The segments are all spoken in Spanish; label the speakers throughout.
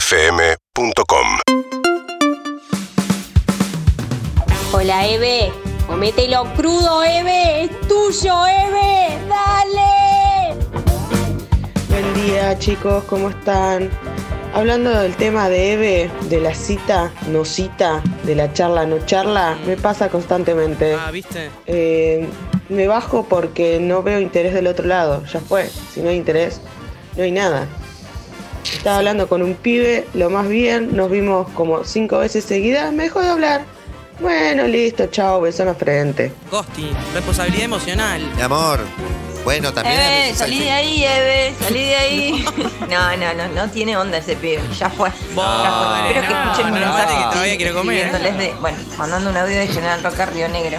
Speaker 1: UrbanaPlayFM.com
Speaker 2: Hola, Eve. Comételo crudo, Eve. Es tuyo, Eve. Dale.
Speaker 3: Buen día chicos, ¿cómo están? Hablando del tema de Eve, de la cita, no cita, de la charla, no charla, me pasa constantemente.
Speaker 4: Ah, ¿viste?
Speaker 3: Eh, me bajo porque no veo interés del otro lado, ya fue, si no hay interés, no hay nada. Estaba hablando con un pibe, lo más bien, nos vimos como cinco veces seguidas, me dejó de hablar. Bueno, listo, chao, beso en la frente.
Speaker 4: Ghosting, responsabilidad emocional.
Speaker 5: Mi amor. Bueno, también.
Speaker 4: Eh,
Speaker 6: Eve, salí de ahí, Eve, salí de ahí. No, no, no, no tiene onda ese pibe, ya fue. ya fue. Espero que
Speaker 4: no,
Speaker 6: escuchen mi
Speaker 4: no,
Speaker 6: mensaje.
Speaker 4: que todavía quiero comer. ¿eh?
Speaker 6: escribiéndoles de- bueno, mandando un audio de General Roca Río Negro.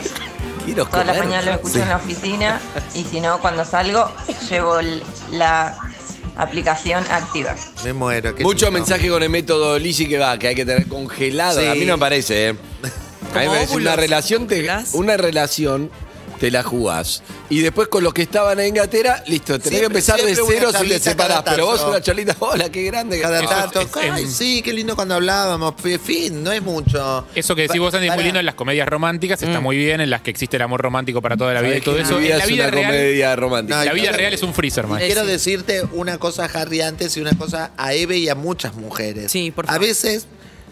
Speaker 5: Quiero
Speaker 6: Todas las
Speaker 5: comer.
Speaker 6: mañanas lo escucho
Speaker 5: Sí.
Speaker 6: en la oficina y si no, cuando salgo, llevo l- la aplicación activa.
Speaker 5: Me muero. qué
Speaker 7: Mucho
Speaker 5: lindo.
Speaker 7: mensaje con el método Lisi que va, que hay que tener congelado.
Speaker 5: Sí.
Speaker 7: A mí no me parece, ¿eh? A mí me
Speaker 4: Como
Speaker 7: parece una
Speaker 4: óvulos.
Speaker 7: relación, te,
Speaker 4: ¿Congelás?
Speaker 7: una relación te la jugás. Y después con los que estaban en Inglaterra, listo, tenés que
Speaker 5: Siempre-
Speaker 7: empezar de
Speaker 5: siempre una
Speaker 7: cero si te
Speaker 5: charlita
Speaker 7: separás.
Speaker 5: cada
Speaker 7: Pero vos
Speaker 5: tanto.
Speaker 7: una cholita, hola, qué grande. que-
Speaker 5: Cada
Speaker 8: Eso
Speaker 5: tanto.
Speaker 8: es- es-
Speaker 5: Ay,
Speaker 8: es-
Speaker 5: sí, qué lindo cuando hablábamos. Fe- Fin, no es mucho.
Speaker 8: Eso que decís vos, Andy, es muy lindo en las comedias románticas, está muy bien, en las que existe el amor romántico para toda la vida y
Speaker 7: Mm. Sabés
Speaker 8: todo
Speaker 7: que
Speaker 8: eso.
Speaker 7: Mi
Speaker 8: En
Speaker 7: vida
Speaker 8: la
Speaker 7: es
Speaker 8: vida
Speaker 7: una
Speaker 8: real,
Speaker 7: comedia romántica.
Speaker 5: No,
Speaker 8: la vida
Speaker 5: Entonces-
Speaker 8: real es un freezer,
Speaker 5: Y
Speaker 8: man.
Speaker 9: Eh,
Speaker 5: quiero
Speaker 4: sí.
Speaker 5: decirte una cosa, Harry, antes y una cosa a Eve y a muchas mujeres.
Speaker 4: Sí, por
Speaker 5: A
Speaker 4: favor.
Speaker 5: veces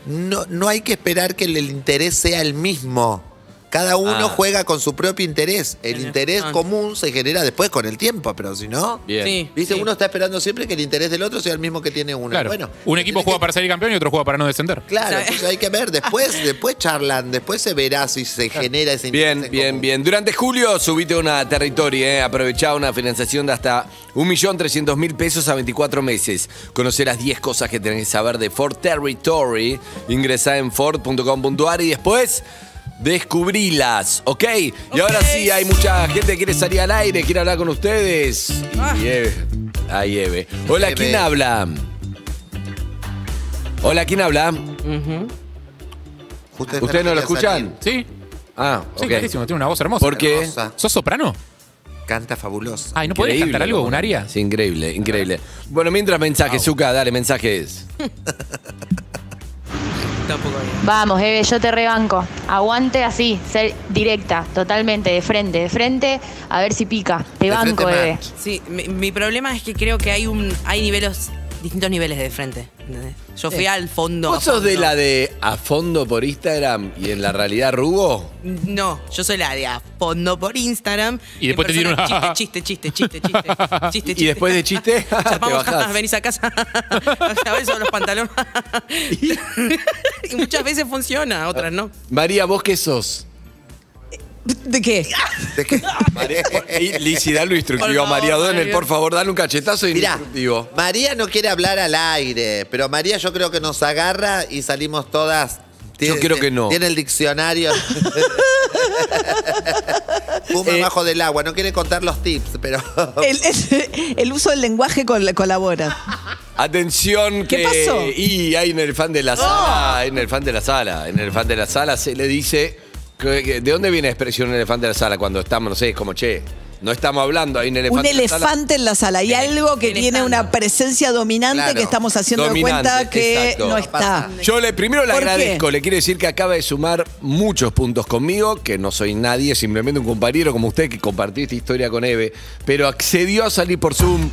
Speaker 5: no, no hay que esperar que el interés sea el mismo. Cada uno
Speaker 7: Ah.
Speaker 5: juega con su propio interés. El
Speaker 4: Tenés
Speaker 5: interés
Speaker 4: razón.
Speaker 5: común se genera después con el tiempo, pero si no.
Speaker 7: Bien.
Speaker 4: Sí.
Speaker 5: Viste, uno está esperando siempre que el interés del otro sea el mismo que tiene uno.
Speaker 8: Claro.
Speaker 5: Bueno,
Speaker 8: un equipo juega para salir campeón y otro juega para no descender.
Speaker 5: Claro,
Speaker 4: ¿Sabe?
Speaker 5: entonces hay que ver. Después, después charlan, después se verá si se genera ese interés.
Speaker 7: Bien,
Speaker 5: en
Speaker 7: bien,
Speaker 5: común.
Speaker 7: bien. Durante julio subite una territoria, ¿eh? aprovechá una financiación de hasta 1.300.000 pesos a 24 meses. Conocer las 10 cosas que tenés que saber de Ford Territory. Ingresá en ford.com.ar y después descubrilas, ¿ok? Y ahora
Speaker 4: Ok.
Speaker 7: sí, hay mucha gente que quiere salir al aire, quiere hablar con ustedes. Y
Speaker 4: Ah.
Speaker 7: Eve. Ahí, Eve. Hola,
Speaker 5: Eve.
Speaker 7: ¿quién habla? Hola, ¿quién habla?
Speaker 5: Ustedes,
Speaker 7: ¿Ustedes no lo
Speaker 5: quieren salir.
Speaker 7: escuchan?
Speaker 8: Sí,
Speaker 7: Ah,
Speaker 8: sí,
Speaker 7: ok.
Speaker 8: clarísimo, tiene una voz hermosa.
Speaker 7: ¿Por qué?
Speaker 5: Hermosa,
Speaker 8: ¿Sos soprano?
Speaker 5: Canta fabuloso.
Speaker 8: Ay, ¿no podés
Speaker 7: Increíble,
Speaker 8: cantar algo,
Speaker 7: loco.
Speaker 8: un aria?
Speaker 7: Sí, increíble, increíble. Bueno, mientras mensajes, Zuka, dale, mensajes.
Speaker 4: Tampoco bien.
Speaker 10: Vamos, Eve, yo te rebanco. Aguante así, ser directa, totalmente, de frente, de frente, a ver si pica. Te
Speaker 5: De frente,
Speaker 10: banco, Eve.
Speaker 11: eh.
Speaker 5: match.
Speaker 4: Sí, mi, mi problema es que creo que hay un hay niveles, distintos niveles de frente. ¿entendés? Yo fui al fondo.
Speaker 7: ¿Vos sos de
Speaker 4: fondo.
Speaker 7: la de a fondo por Instagram y en la realidad rugo?
Speaker 4: No, yo soy la de a fondo por Instagram.
Speaker 8: Y después
Speaker 4: en
Speaker 8: te tiro
Speaker 4: persona,
Speaker 8: una-
Speaker 4: Chiste, chiste, chiste, chiste, chiste, chiste,
Speaker 7: Y
Speaker 4: chiste.
Speaker 7: después de chiste,
Speaker 4: Chapamos,
Speaker 7: te bajás.
Speaker 4: venís a casa. a ver, son los pantalones. y muchas veces funciona, otras no.
Speaker 7: María, ¿vos qué sos?
Speaker 6: ¿De qué?
Speaker 5: ¿De qué?
Speaker 7: Eh, Y Lizzy, dale un instructivo
Speaker 4: Por
Speaker 7: a María
Speaker 4: favor,
Speaker 7: Donel,
Speaker 4: María.
Speaker 7: por favor, dale un cachetazo y un
Speaker 5: Mirá,
Speaker 7: instructivo.
Speaker 5: María no quiere hablar al aire, pero María yo creo que nos agarra y salimos todas.
Speaker 7: Yo creo que no.
Speaker 5: Tiene el diccionario. Fuma
Speaker 7: Eh.
Speaker 5: bajo del agua, no quiere contar los tips, pero.
Speaker 9: El, el- el uso del lenguaje col- colabora.
Speaker 7: Atención
Speaker 9: ¿Qué
Speaker 7: que
Speaker 9: pasó?
Speaker 7: y hay un fan de la sala, hay un elefante de la sala, en el elefante de la sala se le dice que- que- ¿De dónde viene la expresión un elefante de la sala cuando estamos, no sé, es como che, no estamos hablando, hay
Speaker 9: Un
Speaker 7: un elefante en la sala?
Speaker 9: elefante en la sala. Y algo que
Speaker 4: en
Speaker 9: tiene
Speaker 4: stand-up.
Speaker 9: una presencia dominante
Speaker 5: Claro.
Speaker 9: que estamos haciendo
Speaker 7: Dominante,
Speaker 9: de cuenta que
Speaker 7: exacto.
Speaker 9: no está.
Speaker 7: Yo le primero le
Speaker 9: ¿Por qué?
Speaker 7: agradezco, le quiero decir que acaba de sumar muchos puntos conmigo, que no soy nadie, simplemente un compañero como usted que compartió esta historia con Eve, pero accedió a salir por Zoom.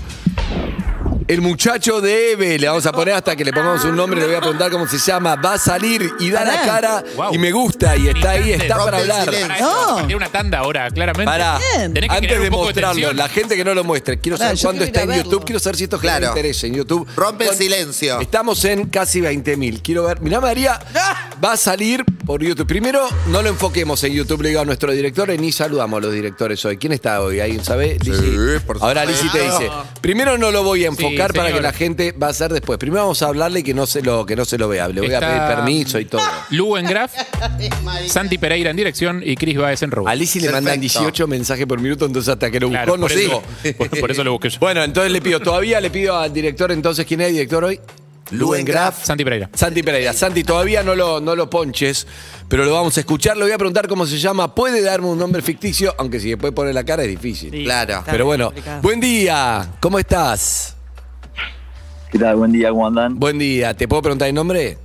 Speaker 7: El muchacho de Eve, le vamos a poner hasta que le pongamos un nombre, le voy a preguntar cómo se llama, va a salir y da la
Speaker 9: Pará.
Speaker 7: cara
Speaker 8: Wow.
Speaker 7: y me gusta y está ahí, está
Speaker 5: Rompe
Speaker 7: para
Speaker 5: el
Speaker 7: hablar.
Speaker 5: silencio.
Speaker 8: Para
Speaker 9: No.
Speaker 8: eso, vamos Ah, a tirar una tanda ahora, claramente.
Speaker 7: Pará,
Speaker 9: Bien.
Speaker 8: Tenés que
Speaker 7: antes
Speaker 8: crear
Speaker 7: de
Speaker 8: un poco de
Speaker 7: mostrarlo,
Speaker 8: tensión.
Speaker 7: la gente que no lo muestre, quiero saber
Speaker 9: Claro, yo
Speaker 7: cuándo
Speaker 9: quiero
Speaker 7: está
Speaker 9: ir
Speaker 7: en
Speaker 9: a verlo.
Speaker 7: YouTube, quiero saber si esto genera
Speaker 5: Claro.
Speaker 7: interés en YouTube.
Speaker 5: Rompe el
Speaker 7: Cuando-
Speaker 5: silencio.
Speaker 7: Estamos en casi 20.000, quiero ver. Mirá María,
Speaker 9: Ah.
Speaker 7: va a salir por YouTube. Primero, no lo enfoquemos en YouTube, le digo a nuestros directores, ni saludamos a los directores hoy. ¿Quién está hoy? ¿Alguien sabe? Lizzy.
Speaker 5: por
Speaker 7: Ahora
Speaker 5: supuesto.
Speaker 7: Lizzy te dice,
Speaker 9: Ah.
Speaker 7: primero no lo voy a enfocar para que
Speaker 8: señor.
Speaker 7: la gente va a hacer después. Primero vamos a hablarle que no se lo, que no se lo vea, le voy a
Speaker 8: Está-
Speaker 7: pedir permiso y todo.
Speaker 8: Lugo en Graf, Santi Pereira en dirección y Chris Baez en robo.
Speaker 7: A Lizzy le mandan
Speaker 5: Perfecto.
Speaker 7: 18 mensajes por minuto, entonces hasta que lo buscó
Speaker 8: Claro,
Speaker 7: no
Speaker 8: por, eso,
Speaker 7: sigo.
Speaker 8: por- por eso lo busqué yo.
Speaker 7: Bueno, entonces le pido, todavía le pido al director, entonces, ¿quién es el director hoy? Luen Graf.
Speaker 8: Santi Pereira.
Speaker 7: Santi Pereira. Santi, todavía no lo, no lo ponches, pero lo vamos a escuchar. Le voy a preguntar cómo se llama. Puede darme un nombre ficticio, aunque si después pone la cara es difícil.
Speaker 4: Sí,
Speaker 5: Claro.
Speaker 4: está
Speaker 7: Pero bueno,
Speaker 4: complicado.
Speaker 7: buen día. ¿Cómo estás?
Speaker 11: ¿Qué tal? Buen día, ¿cómo andan?
Speaker 7: Buen día, ¿te puedo preguntar el nombre?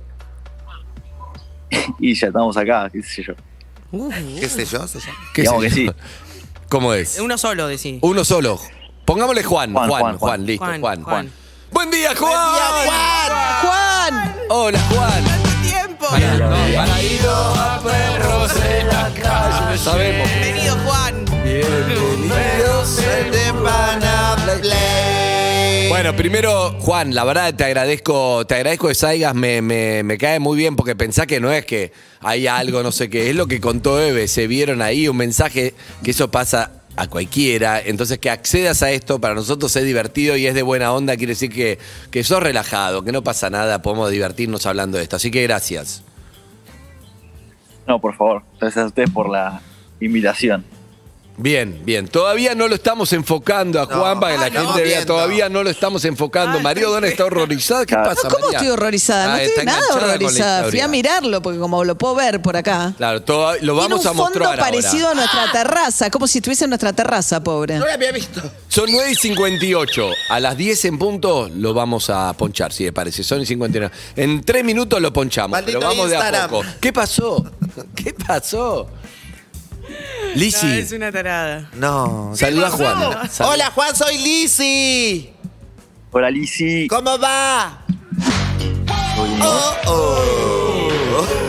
Speaker 11: Y ya estamos acá, qué sé yo.
Speaker 5: ¿Qué sé yo? sé yo?
Speaker 7: ¿Qué
Speaker 11: Digamos
Speaker 7: sé
Speaker 11: que
Speaker 7: yo? ¿Cómo es?
Speaker 4: Uno solo, decí.
Speaker 7: Uno solo. Pongámosle Juan, Juan, Juan, Juan, listo, Juan. Buen día, Juan.
Speaker 9: Juan.
Speaker 7: Hola, Juan.
Speaker 9: Tiempo.
Speaker 7: Bienvenido a perros en la calle. Sabemos.
Speaker 9: Bienvenido, Juan.
Speaker 7: Bienvenidos Bueno, primero, Juan, la verdad te agradezco, te agradezco que salgas, me, me, me cae muy bien porque pensá que no es que hay algo, no sé qué, es lo que contó Eve, se vieron ahí un mensaje que eso pasa a cualquiera, entonces que accedas a esto para nosotros es divertido y es de buena onda, quiere decir que, que sos relajado, que no pasa nada, podemos divertirnos hablando de esto, así que gracias.
Speaker 11: No, por favor, gracias a ustedes por la invitación.
Speaker 7: Bien, bien. Todavía no lo estamos enfocando a Juan para que la
Speaker 5: ah, no,
Speaker 7: gente vea.
Speaker 5: viendo.
Speaker 7: Todavía no lo estamos enfocando. María O'Donnell está horrorizada. ¿Qué
Speaker 11: Claro.
Speaker 7: pasa,
Speaker 9: Ah, ¿Cómo
Speaker 7: María?
Speaker 9: estoy horrorizada? No
Speaker 7: Ah, está
Speaker 9: estoy nada
Speaker 7: enganchada con la
Speaker 9: horrorizada. Fui
Speaker 7: historia.
Speaker 9: a mirarlo porque como lo puedo ver por acá.
Speaker 7: Claro, toda- lo vamos
Speaker 9: Tiene
Speaker 7: a
Speaker 9: un fondo
Speaker 7: mostrar ahora. Ah.
Speaker 9: parecido a nuestra terraza, como si estuviese en nuestra terraza, pobre.
Speaker 5: lo había visto.
Speaker 7: Son 9 y 58. A las 10 en punto lo vamos a ponchar, si le parece. Son y 59. En 3 minutos lo ponchamos,
Speaker 5: Maldito
Speaker 7: pero vamos de a
Speaker 5: Instagram.
Speaker 7: poco. ¿Qué pasó? ¿Qué pasó? Lisi,
Speaker 4: una tarada.
Speaker 5: No.
Speaker 7: saluda a Juan. Saluda.
Speaker 5: Hola, Juan, soy Lizzy.
Speaker 11: Hola, Lisi.
Speaker 5: ¿Cómo va? Oh,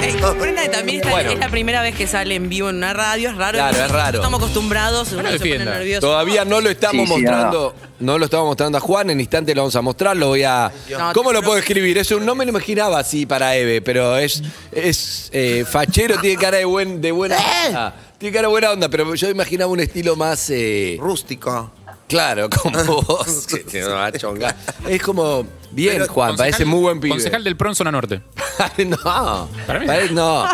Speaker 4: Ey,
Speaker 5: oh.
Speaker 4: Brenda también está-
Speaker 7: Bueno.
Speaker 4: es la primera vez que sale en vivo en una radio, es raro.
Speaker 7: Claro, es raro.
Speaker 4: Estamos acostumbrados, uno se pone
Speaker 8: defienda.
Speaker 4: nervioso.
Speaker 7: Todavía no lo estamos
Speaker 11: Sí, sí,
Speaker 7: mostrando. No lo estamos mostrando a Juan, en instante lo vamos a mostrar, lo voy a.
Speaker 4: No,
Speaker 7: ¿Cómo
Speaker 4: te
Speaker 7: lo
Speaker 4: juro
Speaker 7: puedo escribir? Es un, no me lo imaginaba así para Eve, pero es, es eh, fachero, tiene cara de buen, de buena
Speaker 4: ¡Eh!
Speaker 7: onda. Tiene cara de buena onda, pero yo imaginaba un estilo más eh,
Speaker 5: Rústico.
Speaker 7: claro, como vos. que te va a chongar. Es como. Bien, Juan,
Speaker 8: Concejal-
Speaker 7: parece muy buen pibe.
Speaker 8: Concejal del Prón Zona Norte.
Speaker 7: no,
Speaker 8: Para mí.
Speaker 7: parece- no.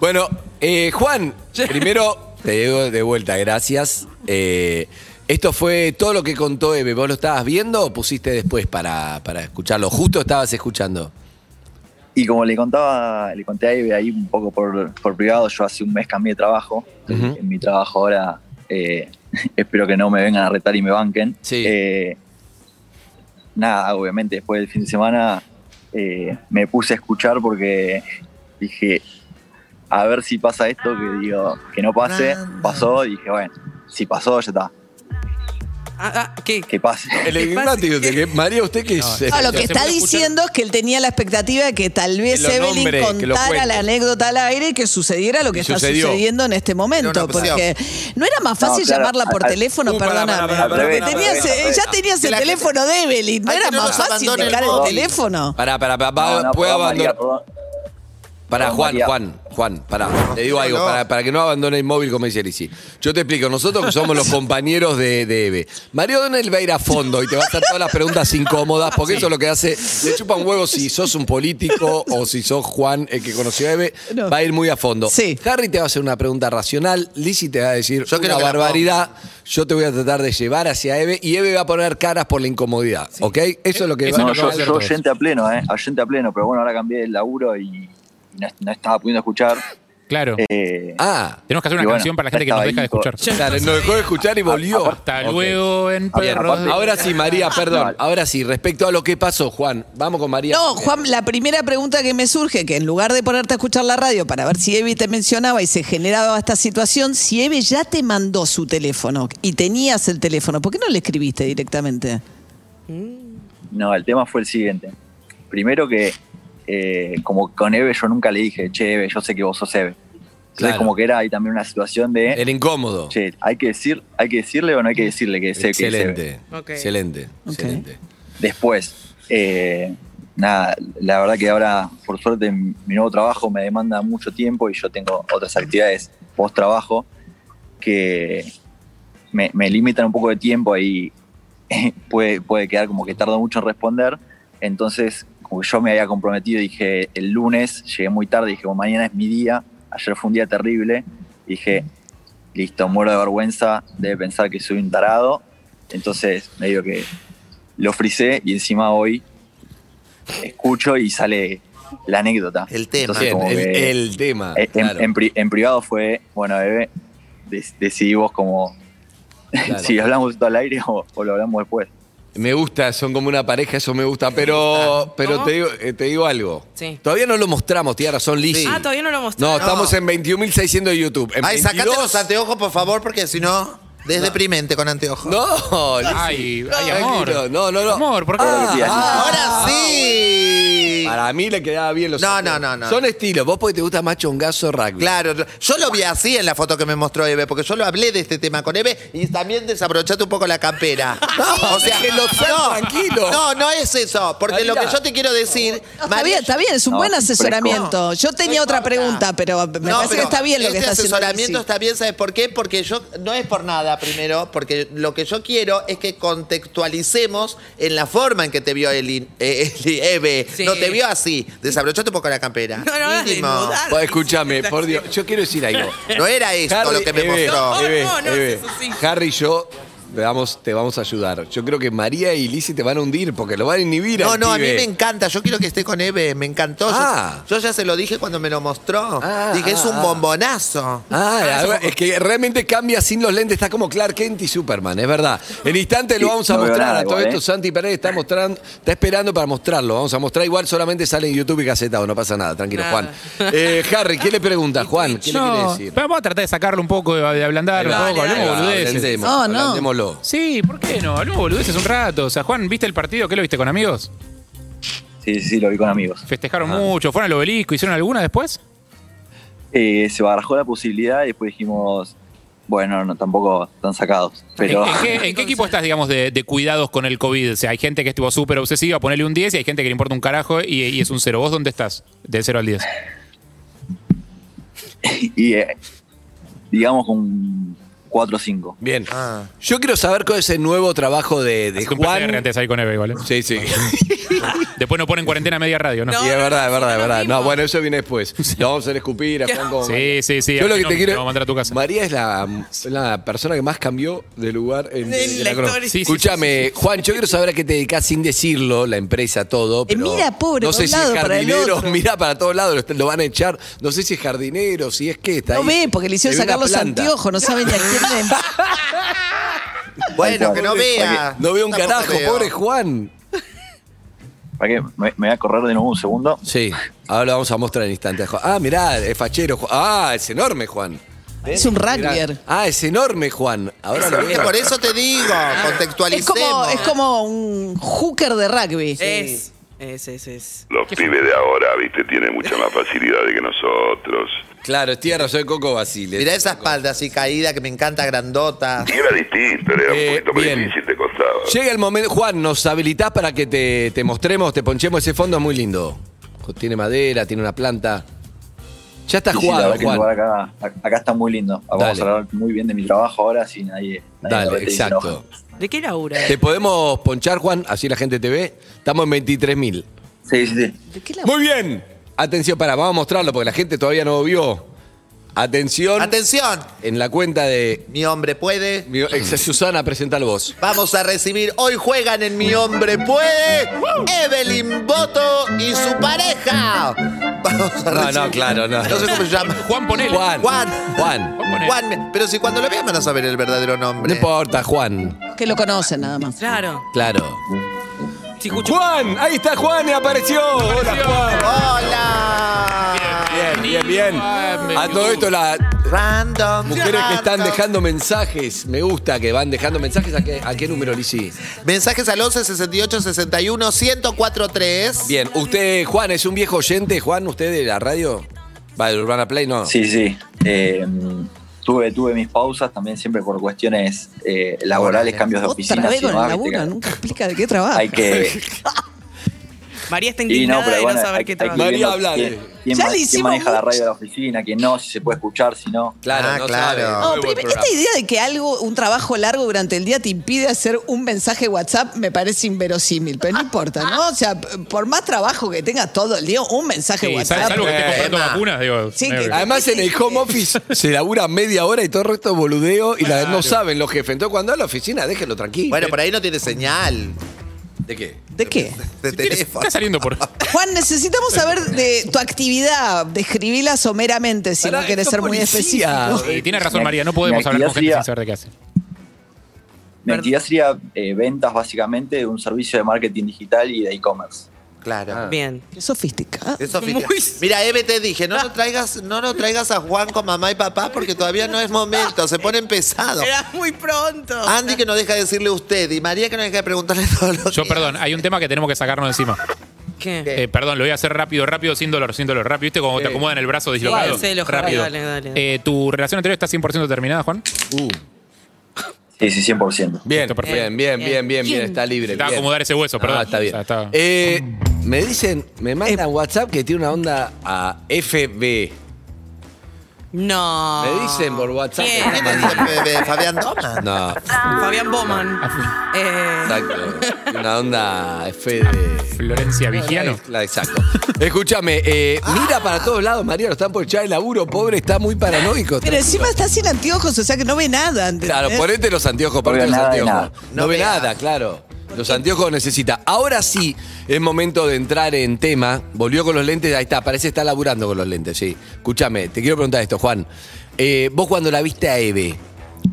Speaker 7: Bueno, eh, Juan, primero te digo de vuelta, gracias. Eh, esto fue todo lo que contó Eve. ¿Vos lo estabas viendo o pusiste después para, para escucharlo? Justo estabas escuchando.
Speaker 11: Y como le contaba, le conté a Eve ahí un poco por, por privado, yo hace un mes cambié de trabajo.
Speaker 7: Ujú.
Speaker 11: En mi trabajo ahora eh, espero que no me vengan a retar y me banquen.
Speaker 7: Sí.
Speaker 11: Eh, nada, obviamente después del fin de semana eh, me puse a escuchar porque dije, a ver si pasa esto, que digo, que no pase. Pasó, dije, bueno, si pasó, ya está,
Speaker 4: Ah, ah, ¿qué?
Speaker 11: que pase.
Speaker 7: El
Speaker 4: ¿Qué
Speaker 7: enigmático,
Speaker 4: pasa?
Speaker 7: de que- María, usted que es.
Speaker 9: No, lo que
Speaker 8: Se
Speaker 9: está
Speaker 8: puede escuchar-
Speaker 9: diciendo es que él tenía la expectativa de que tal vez
Speaker 7: Que lo
Speaker 9: Evelyn
Speaker 7: nombre, que lo
Speaker 9: contara
Speaker 7: cuente.
Speaker 9: la anécdota al aire y que sucediera lo que
Speaker 7: Y
Speaker 9: está
Speaker 7: sucedió.
Speaker 9: sucediendo en este momento.
Speaker 5: Era una opción.
Speaker 9: porque no era más fácil
Speaker 11: No, claro,
Speaker 9: llamarla por
Speaker 11: al-
Speaker 9: teléfono,
Speaker 7: Uh, pará,
Speaker 9: perdóname.
Speaker 7: pará, pará,
Speaker 11: pará,
Speaker 9: Porque
Speaker 11: pará,
Speaker 9: tenías-
Speaker 11: pará,
Speaker 9: eh, ya
Speaker 11: pará.
Speaker 9: tenías
Speaker 5: Que
Speaker 9: el
Speaker 5: la gente-
Speaker 9: teléfono de Evelyn. No
Speaker 5: Ay,
Speaker 9: era
Speaker 5: que no
Speaker 9: más
Speaker 5: nos
Speaker 9: fácil
Speaker 5: abandone el
Speaker 9: tocar el
Speaker 5: móvil.
Speaker 9: teléfono.
Speaker 7: Pará, pará, pará,
Speaker 11: No, no,
Speaker 7: puede
Speaker 11: perdón, María,
Speaker 7: abandonar.
Speaker 11: perdón.
Speaker 7: Para
Speaker 11: Perdón,
Speaker 7: Juan,
Speaker 11: María.
Speaker 7: Juan, Juan, para. Te digo algo,
Speaker 5: no.
Speaker 7: para, para que no abandone el móvil, como dice Lizzy. Yo te explico, nosotros que somos los compañeros de, de Eve. Mario Donel va a ir a fondo y te va a hacer todas las preguntas incómodas, porque eso es lo que hace. Le chupa un huevo si sos un político o si sos Juan, el que conoció a Eve,
Speaker 9: No.
Speaker 7: va a ir muy a fondo.
Speaker 9: Sí.
Speaker 7: Harry te va a hacer una pregunta racional, Lizzy te va a decir
Speaker 5: Yo
Speaker 7: una
Speaker 5: creo que la
Speaker 7: barbaridad. Yo te voy a tratar de llevar hacia Eve y Eve va a poner caras por la incomodidad, ¿ok? Eso es lo que
Speaker 8: Eso
Speaker 7: va
Speaker 8: es
Speaker 11: No,
Speaker 8: lo
Speaker 7: a
Speaker 8: que va
Speaker 11: yo,
Speaker 8: a hacer
Speaker 11: yo
Speaker 8: todo.
Speaker 11: oyente a pleno, ¿eh? Oyente a pleno, pero bueno, ahora cambié el laburo y no, no estaba pudiendo escuchar.
Speaker 8: Claro.
Speaker 11: Eh,
Speaker 7: Ah,
Speaker 8: Tenemos que hacer una
Speaker 11: y bueno,
Speaker 8: canción para la gente que
Speaker 11: estaba
Speaker 8: nos deja de
Speaker 11: ahí,
Speaker 8: escuchar.
Speaker 7: claro, nos dejó de escuchar y volvió.
Speaker 8: Ah, Hasta
Speaker 7: Ok.
Speaker 8: luego en
Speaker 11: Aparte-
Speaker 8: Perros.
Speaker 11: aparte- Ah,
Speaker 7: Ahora sí, María, perdón.
Speaker 11: Vale.
Speaker 7: Ahora sí, respecto a lo que pasó, Juan, vamos con María.
Speaker 9: No, Juan, la primera pregunta que me surge, que en lugar de ponerte a escuchar la radio para ver si Evi te mencionaba y se generaba esta situación, si Evi ya te mandó su teléfono y tenías el teléfono, ¿por qué no le escribiste directamente?
Speaker 11: No, el tema fue el siguiente. Primero que, eh, como con Eve, yo nunca le dije, che, Eve, yo sé que vos sos Eve. Entonces,
Speaker 7: Claro.
Speaker 11: como que era ahí también una situación de,
Speaker 7: Era incómodo.
Speaker 11: che, ¿hay que, decir, ¿hay que decirle o no hay que decirle que sé que es Eve?
Speaker 7: excelente,
Speaker 4: Ok.
Speaker 7: excelente,
Speaker 9: Ok.
Speaker 7: excelente.
Speaker 11: Después, eh, nada, la verdad que ahora, por suerte, mi nuevo trabajo me demanda mucho tiempo y yo tengo otras actividades post trabajo que me, me limitan un poco de tiempo y puede, puede quedar como que tardo mucho en responder. Entonces, como que yo me había comprometido, dije el lunes, llegué muy tarde, dije, "Bueno, mañana es mi día, ayer fue un día terrible, dije, listo, muero de vergüenza, debe pensar que soy un tarado. Entonces, me digo que lo frisé y encima hoy escucho y sale la anécdota.
Speaker 5: El tema.
Speaker 11: Entonces,
Speaker 7: Bien,
Speaker 11: como
Speaker 7: el,
Speaker 11: que-
Speaker 7: el tema.
Speaker 11: en,
Speaker 7: claro.
Speaker 11: en pri- en privado fue, bueno, bebé, dec- decidí vos como
Speaker 7: Claro.
Speaker 11: si hablamos esto al aire o, o lo hablamos después.
Speaker 7: Me gusta, son como una pareja, eso me gusta. Pero, pero
Speaker 4: ¿Cómo?
Speaker 7: te, digo, eh, te digo algo.
Speaker 4: Sí.
Speaker 7: Todavía no lo mostramos, tiene razón, Liz.
Speaker 4: Ah, todavía no lo mostré.
Speaker 7: No, estamos en 21.600 de YouTube. En
Speaker 5: Ay, sacate
Speaker 7: 22.
Speaker 5: los anteojos, por favor, porque si no, es deprimente con anteojos.
Speaker 7: No, Liz.
Speaker 8: Ay, ay, amor.
Speaker 7: No, no, no. Ah.
Speaker 8: Amor, ¿por qué?
Speaker 5: Ahora sí.
Speaker 7: Para mí le quedaba bien los
Speaker 5: No,
Speaker 7: anteojos.
Speaker 5: no, no, no.
Speaker 7: Son estilos. Vos porque te gusta más chongazo rugby.
Speaker 5: Claro, yo- yo lo vi así en la foto que me mostró Eve, porque yo lo hablé de este tema con Eve y también desabrochate un poco la campera.
Speaker 7: No, déjenlo ser
Speaker 5: no,
Speaker 7: tranquilo.
Speaker 5: No, no es eso, porque lo que
Speaker 7: Marina.
Speaker 5: yo te quiero decir,
Speaker 9: No, está
Speaker 5: María,
Speaker 9: bien, está bien, es un
Speaker 11: No,
Speaker 9: buen
Speaker 11: fresco.
Speaker 9: asesoramiento. Yo tenía otra pregunta, pero me
Speaker 5: No,
Speaker 9: parece que
Speaker 5: pero
Speaker 9: está bien lo que
Speaker 5: este
Speaker 9: está haciendo.
Speaker 5: asesoramiento
Speaker 9: Messi.
Speaker 5: está bien, ¿sabes por qué? Porque yo, no es por nada primero, porque lo que yo quiero es que contextualicemos en la forma en que te vio Eli, eh, Eli- Eve.
Speaker 4: Sí.
Speaker 5: No te vio así, desabrochate un poco la campera.
Speaker 4: No, no, dale,
Speaker 5: Mínimo.
Speaker 4: no, dale.
Speaker 7: Vos, escúchame, por Dios. Yo quiero decir algo.
Speaker 5: No era esto
Speaker 7: Harry,
Speaker 5: lo que me
Speaker 7: Eve,
Speaker 5: mostró.
Speaker 7: Eve,
Speaker 4: No, no, no,
Speaker 7: Eve,
Speaker 4: eso sí.
Speaker 7: Harry y yo te vamos, te vamos a ayudar. Yo creo que María y Lizzy te van a hundir porque lo van a inhibir.
Speaker 5: No,
Speaker 7: al
Speaker 5: no, a mí
Speaker 7: pibe.
Speaker 5: me encanta. Yo quiero que esté con Eve. Me encantó. Yo-
Speaker 7: Ah.
Speaker 5: Yo, ya se lo dije cuando me lo mostró.
Speaker 7: Ah,
Speaker 5: dije,
Speaker 7: ah,
Speaker 5: es un
Speaker 7: ah.
Speaker 5: bombonazo.
Speaker 7: Ah, la verdad, es que realmente cambia sin los lentes, está como Clark Kent y Superman, es verdad. En instante lo
Speaker 11: Sí,
Speaker 7: vamos a
Speaker 11: no veo
Speaker 7: mostrar
Speaker 11: nada
Speaker 7: a todo
Speaker 11: igual,
Speaker 7: esto.
Speaker 11: ¿eh?
Speaker 7: Santi Pérez está mostrando, está esperando para mostrarlo. Vamos a mostrar igual, solamente sale en YouTube y Gacetado, no pasa nada, tranquilo,
Speaker 4: Nada.
Speaker 7: Juan. Eh, Harry, ¿qué le pregunta, Juan? ¿Qué le quiere
Speaker 8: No,
Speaker 7: decir?
Speaker 8: pero vamos a tratar de sacarlo un poco, de, de ablandar un
Speaker 7: Ahí va,
Speaker 8: poco,
Speaker 7: ahí va,
Speaker 8: hablemos boludeces.
Speaker 7: ablandemos,
Speaker 9: No, no.
Speaker 7: ablandémoslo.
Speaker 8: Sí, ¿por qué no? Hablemos boludeces un rato. O sea, Juan, ¿viste el partido? ¿Qué lo viste con amigos?
Speaker 11: Sí, sí, sí, lo vi con amigos.
Speaker 8: Festejaron mucho, fueron al obelisco, ¿hicieron alguna después?
Speaker 11: Eh, se barajó la posibilidad y después dijimos, bueno, no, tampoco tan sacados. Pero
Speaker 8: ¿En, en qué, en qué equipo estás, digamos, de, de cuidados con el COVID? O sea, hay gente que estuvo súper obsesiva, ponele un 10, y hay gente que le importa un carajo y, y es un 0. ¿Vos dónde estás? Del 0 al 10.
Speaker 11: y, eh, digamos con 4 o 5.
Speaker 7: Bien.
Speaker 5: Ah.
Speaker 7: Yo quiero saber con ese nuevo trabajo de, de
Speaker 8: Es un PCR
Speaker 7: Juan.
Speaker 8: antes ahí con Eve, igual, ¿eh?
Speaker 7: Sí, sí.
Speaker 8: Después nos ponen cuarentena media radio, ¿no?
Speaker 7: Sí, es verdad, es verdad, es verdad. No, bueno, eso viene después. Lo vamos a hacer escupir a Juan como
Speaker 8: Sí, sí, sí.
Speaker 7: Yo lo que
Speaker 8: No,
Speaker 7: te quiero.
Speaker 8: Te vamos a mandar a tu casa.
Speaker 7: María es la, la persona que más cambió de lugar en,
Speaker 4: De
Speaker 7: en
Speaker 4: la
Speaker 7: crono.
Speaker 4: historia. Sí, sí,
Speaker 7: Escúchame, Juan, yo quiero saber a qué te dedicas sin decirlo, la empresa, todo.
Speaker 9: Eh,
Speaker 7: pero
Speaker 9: mira, pobre,
Speaker 7: No
Speaker 9: por
Speaker 7: sé
Speaker 9: un
Speaker 7: si
Speaker 9: lado,
Speaker 7: es
Speaker 9: para el
Speaker 7: jardinero,
Speaker 9: otro.
Speaker 7: mira para todos lados, lo, est- lo van a echar. No sé si es jardinero, si es que está
Speaker 9: No
Speaker 7: ahí.
Speaker 9: ve, porque le hicieron
Speaker 7: Se ve
Speaker 9: sacar
Speaker 7: una
Speaker 9: los
Speaker 7: planta.
Speaker 9: anteojos, no saben ni a quién ven.
Speaker 5: Bueno, que no
Speaker 11: Para que-
Speaker 5: vea.
Speaker 7: No veo un
Speaker 5: Tampoco
Speaker 7: carajo,
Speaker 5: veo.
Speaker 7: pobre Juan.
Speaker 11: ¿Para qué? Me, me voy a correr de nuevo un segundo.
Speaker 7: Sí, ahora lo vamos a mostrar en instante a Juan. Ah, mirá, es fachero. Ju- Ah, es enorme, Juan.
Speaker 9: Es un
Speaker 7: Mirá.
Speaker 9: rugbyer.
Speaker 7: Ah, es enorme, Juan. Ah. Ahora lo
Speaker 5: Que
Speaker 7: veo.
Speaker 5: Por eso te digo,
Speaker 9: Es
Speaker 5: contextualicemos.
Speaker 9: como, es como un hooker de rugby.
Speaker 4: Es, es, es, es.
Speaker 12: Los pibes de ahora, viste, tienen mucha más facilidad de que nosotros.
Speaker 7: Claro, tierra, soy Coco Basile.
Speaker 5: Mirá esa espalda así caída que me encanta, grandota.
Speaker 12: Y era distinto, era
Speaker 7: Eh,
Speaker 12: un poquito más
Speaker 7: bien.
Speaker 12: difícil, te costaba.
Speaker 7: Llega el momento, Juan, nos habilitás para que te, te mostremos, te ponchemos ese fondo, es muy lindo. Tiene madera, tiene una planta. Ya está
Speaker 11: Sí, sí, la
Speaker 7: jugado,
Speaker 11: verdad que el
Speaker 7: Juan.
Speaker 11: lugar acá, acá está muy lindo. Vamos
Speaker 7: Dale.
Speaker 11: a hablar muy bien de mi trabajo ahora, si nadie. nadie
Speaker 7: Dale,
Speaker 11: me dice
Speaker 7: exacto.
Speaker 11: no.
Speaker 4: ¿De qué laura?
Speaker 7: Te podemos ponchar, Juan, así la gente te ve. Estamos en 23.000.
Speaker 11: Sí, sí, sí.
Speaker 9: ¿De qué la-
Speaker 7: Muy bien. Atención, para, vamos a mostrarlo porque la gente todavía no lo vio. Atención.
Speaker 5: Atención,
Speaker 7: en la cuenta de
Speaker 5: mi hombre puede.
Speaker 7: mi ex Susana, presenta el voz.
Speaker 5: Vamos a recibir, hoy juegan en Mi Hombre Puede, Evelyn Boto y su pareja. Vamos a
Speaker 7: No,
Speaker 5: recibir.
Speaker 7: no, claro, no.
Speaker 5: No sé cómo se llama.
Speaker 8: Juan, ponele.
Speaker 7: Juan.
Speaker 5: Juan.
Speaker 7: Juan.
Speaker 8: Ponele.
Speaker 5: Juan, pero si cuando lo vean van a saber el verdadero
Speaker 7: No
Speaker 5: nombre.
Speaker 7: importa, Juan.
Speaker 9: Que lo conocen nada más.
Speaker 4: Claro.
Speaker 7: Claro.
Speaker 4: Si escucho-
Speaker 7: Juan, ahí está Juan y apareció. Hola, Juan.
Speaker 5: ¡Hola!
Speaker 7: Bien, bien, bien.
Speaker 8: Ah.
Speaker 7: A todo esto, las
Speaker 5: Random.
Speaker 7: mujeres que están
Speaker 5: random.
Speaker 7: dejando mensajes, me gusta que van dejando mensajes. ¿A qué, a qué número, Lisi?
Speaker 5: Mensajes al 11 68 61 1043.
Speaker 7: Bien, usted, Juan, es un viejo oyente, Juan, usted de la radio. ¿Va de Urbana Play? No.
Speaker 11: Sí, sí. Eh, tuve, tuve mis pausas también siempre por cuestiones eh, laborales, cambios de oficina.
Speaker 9: Otra vez
Speaker 11: y
Speaker 9: con el
Speaker 11: demás,
Speaker 9: laburo,
Speaker 11: ¿viste?
Speaker 9: nunca explica de qué trabaja.
Speaker 11: Hay que.
Speaker 4: María está
Speaker 11: Y no,
Speaker 4: indignada
Speaker 11: pero
Speaker 4: de
Speaker 11: bueno,
Speaker 4: no saber
Speaker 11: hay,
Speaker 4: qué
Speaker 11: hay que ir
Speaker 7: María,
Speaker 4: trabaja.
Speaker 11: viendo
Speaker 7: hablale.
Speaker 11: quién- quién
Speaker 9: Ya
Speaker 11: ma-
Speaker 9: le
Speaker 11: quién
Speaker 9: hicimos
Speaker 11: maneja la
Speaker 9: mucho.
Speaker 11: radio de la oficina, quién no, si se puede escuchar, si no.
Speaker 7: Claro,
Speaker 5: Ah,
Speaker 7: no
Speaker 5: claro.
Speaker 7: sabe.
Speaker 5: No,
Speaker 9: No, este
Speaker 7: Muy buen
Speaker 9: primero,
Speaker 7: programa.
Speaker 9: esta idea de que algo, un trabajo largo durante el día te impide hacer un mensaje WhatsApp me parece inverosímil, pero no importa, ¿no? O sea, p- por más trabajo que tengas todo el día, un mensaje
Speaker 8: Sí,
Speaker 9: WhatsApp.
Speaker 8: sal- salvo que esté comprando
Speaker 5: Emma.
Speaker 8: vacunas, digo.
Speaker 9: Sí,
Speaker 8: medio
Speaker 9: que-
Speaker 8: que-
Speaker 7: Eh, Además, en el home office se labura media hora y todo el resto es boludeo y la- no saben los jefes. Entonces, cuando va a la oficina, déjenlo tranquilo.
Speaker 5: Bueno, por ahí no tiene señal
Speaker 7: ¿De qué?
Speaker 9: ¿De qué?
Speaker 5: de teléfono.
Speaker 8: Está saliendo por.
Speaker 9: Juan, necesitamos saber de tu actividad, describila someramente si
Speaker 7: Pará,
Speaker 9: no quieres
Speaker 7: esto
Speaker 9: ser
Speaker 7: es
Speaker 9: muy
Speaker 7: policía.
Speaker 9: específico.
Speaker 8: Sí, Eh, tiene razón
Speaker 11: Mi-
Speaker 8: María, no
Speaker 11: mi
Speaker 8: podemos hablar con gente
Speaker 11: actividad-
Speaker 8: sin saber de qué hace.
Speaker 11: Mi actividad sería eh, ventas básicamente de un servicio de marketing digital y de e-commerce.
Speaker 5: Claro.
Speaker 7: Ah.
Speaker 9: Bien. Qué sofisticado.
Speaker 5: Eso, Fita. Mira, Eve, te dije, no lo, traigas, no lo traigas a Juan con mamá y papá porque todavía no es momento, se ponen pesados.
Speaker 9: Era muy pronto.
Speaker 7: Ah,
Speaker 5: Andy que no deja de decirle usted y María que no deja de preguntarle todo lo
Speaker 8: Yo, perdón, hay un tema que tenemos que sacarnos encima.
Speaker 4: ¿Qué?
Speaker 8: Eh, perdón, lo voy a hacer rápido, rápido, sin dolor, sin dolor. Rápido, ¿viste? Como te
Speaker 4: Sí.
Speaker 8: acomodan el brazo
Speaker 4: Sí,
Speaker 8: dislocado.
Speaker 4: se lo juro.
Speaker 8: rápido.
Speaker 4: Dale, dale, dale.
Speaker 8: Eh, ¿Tu relación anterior está 100% terminada, Juan?
Speaker 7: Uh.
Speaker 11: Sí, sí, 100%.
Speaker 7: Bien, bien, bien, bien, bien, bien, está libre.
Speaker 8: Está
Speaker 7: bien.
Speaker 8: acomodar ese hueso, perdón.
Speaker 7: Ah, está bien.
Speaker 8: O sea, está-
Speaker 7: Eh, me dicen, me mandan WhatsApp que tiene una onda a FB.
Speaker 4: No.
Speaker 7: Me dicen por WhatsApp. que me mandan-
Speaker 5: Bebé, Fabián Doman.
Speaker 7: No,
Speaker 4: Fabián Bowman. Eh,
Speaker 7: Ah, exacto. Una onda F de.
Speaker 8: Florencia Vigiano.
Speaker 7: La- Exacto. Escúchame, eh, mira para todos lados, María, lo están por echar el laburo, pobre, está muy paranoico.
Speaker 9: Pero encima está sin anteojos, o sea que no ve nada.
Speaker 7: Claro, pues.
Speaker 9: ¿entendés?
Speaker 7: ponete los anteojos, ponete
Speaker 11: veo
Speaker 7: los
Speaker 11: nada de
Speaker 7: anteojos.
Speaker 11: nada.
Speaker 7: No, ve nada, claro. Los anteojos necesita. Ahora sí es momento de entrar en tema. Volvió con los lentes, ahí está, parece que está laburando con los lentes, sí. Escúchame, te quiero preguntar esto, Juan. Eh, vos cuando la viste a Eve,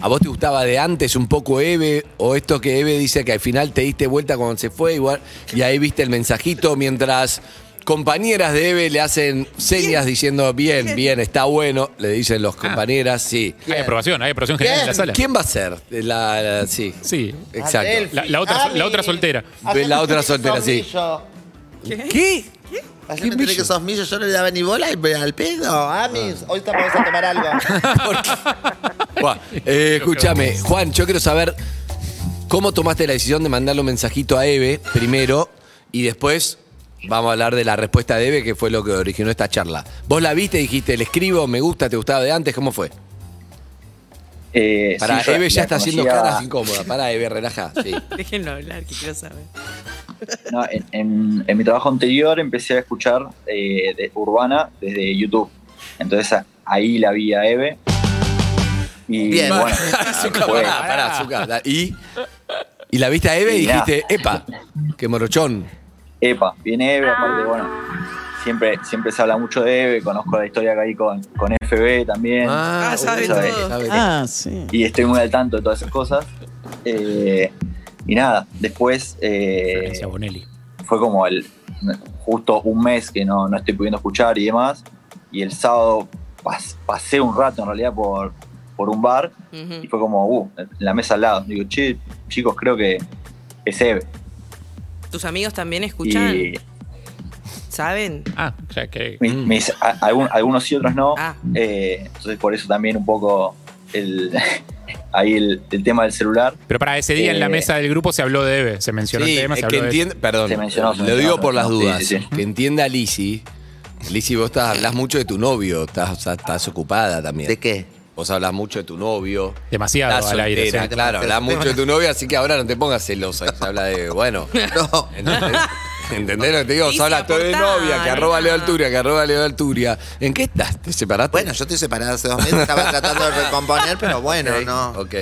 Speaker 7: ¿a vos te gustaba de antes un poco Eve? ¿O esto que Eve dice que al final te diste vuelta cuando se fue igual? Y ahí viste el mensajito mientras compañeras de Eve le hacen señas diciendo, bien, Ah. bien, está bueno, le dicen los compañeras, sí.
Speaker 8: Hay aprobación, hay aprobación general en la sala.
Speaker 7: ¿Quién va a ser? La, la- sí.
Speaker 8: Sí.
Speaker 7: Exacto.
Speaker 8: La, la otra,
Speaker 5: Ami.
Speaker 8: la otra soltera.
Speaker 7: Ve la otra soltera, sí.
Speaker 5: Millo.
Speaker 7: ¿Qué?
Speaker 5: Ayer me enteré que sos millo, yo no le daba ni bola y- al pedo.
Speaker 7: Ah.
Speaker 5: Amis, hoy estamos a tomar algo.
Speaker 7: Buah, eh, escúchame, Juan, yo quiero saber cómo tomaste la decisión de mandarle un mensajito a Eve primero y después vamos a hablar de la respuesta de Eve, que fue lo que originó esta charla. Vos la viste, dijiste, le escribo, me gusta, te gustaba de antes, ¿cómo fue?
Speaker 11: Eh,
Speaker 7: Para,
Speaker 11: sí, yo
Speaker 7: Eve ya
Speaker 11: la
Speaker 7: está haciendo
Speaker 11: conocía-
Speaker 7: caras incómodas. Para, Eve, relaja. Sí.
Speaker 4: déjenlo hablar, que quiero saber.
Speaker 11: No, en, en- en mi trabajo anterior empecé a escuchar eh, de Urbana desde YouTube. Entonces a- ahí la vi a Eve. Y
Speaker 7: Bien.
Speaker 11: bueno,
Speaker 7: Zucca,
Speaker 11: fue-
Speaker 7: pará, pará, Zucca, da- Y, y la viste a Eve y
Speaker 11: Y nada.
Speaker 7: dijiste, epa, qué morochón.
Speaker 11: epa, viene Eve, aparte, bueno, siempre, siempre se habla mucho de Eve, conozco la historia que hay con, con FB también.
Speaker 7: Ah,
Speaker 9: sabe
Speaker 11: Eso es.
Speaker 9: todo. Ah, sí.
Speaker 11: y estoy muy al tanto de todas esas cosas. Eh, y nada, después eh,
Speaker 8: Florencia Bonelli.
Speaker 11: fue como el justo un mes que no, no estoy pudiendo escuchar y demás. Y el sábado pas- pasé un rato en realidad por, por un bar
Speaker 4: Mm.
Speaker 11: y fue como, uh, en la mesa al lado. Digo, che, chicos, creo que es Eve.
Speaker 4: ¿Tus amigos también escuchan?
Speaker 11: Y
Speaker 4: ¿Saben?
Speaker 8: Ah, o sea que.
Speaker 11: mis-
Speaker 7: mm.
Speaker 11: mis- a- algún- algunos sí, otros no.
Speaker 4: Ah.
Speaker 11: Eh, entonces por eso también un poco el, ahí el, el tema del celular.
Speaker 8: Pero para ese día en la
Speaker 11: Eh,
Speaker 8: mesa del grupo se habló de Eve, se mencionó
Speaker 7: Sí,
Speaker 8: el tema, se
Speaker 7: es que
Speaker 8: habló de
Speaker 7: entiende, perdón,
Speaker 11: Se mencionó, se
Speaker 7: lo
Speaker 11: mencionó,
Speaker 7: digo
Speaker 11: se
Speaker 7: por las
Speaker 11: mencionó,
Speaker 7: dudas,
Speaker 11: sí, sí, sí.
Speaker 7: que entienda Lisi. Lisi, vos estás, hablas mucho de tu novio, estás, estás- estás ocupada también.
Speaker 5: ¿De qué?
Speaker 7: Vos hablas mucho de tu novio.
Speaker 8: demasiado
Speaker 7: Estás
Speaker 8: al aire.
Speaker 7: soltera,
Speaker 8: sí.
Speaker 7: claro, hablas mucho de tu novio, así que ahora no te pongas celosa. que Se habla de, bueno,
Speaker 5: No.
Speaker 7: ¿entendés? ¿Entendés lo que te digo?
Speaker 4: Lisi,
Speaker 7: Se habla estoy de
Speaker 4: aportá,
Speaker 7: novia, que
Speaker 4: nena.
Speaker 7: arroba Leo Alturia, que arroba Leo Alturia. ¿En qué estás? ¿Te separaste?
Speaker 5: Bueno, yo estoy separada hace dos meses, estaba tratando de recomponer, pero bueno,
Speaker 7: Ok,
Speaker 5: no.
Speaker 7: Ok.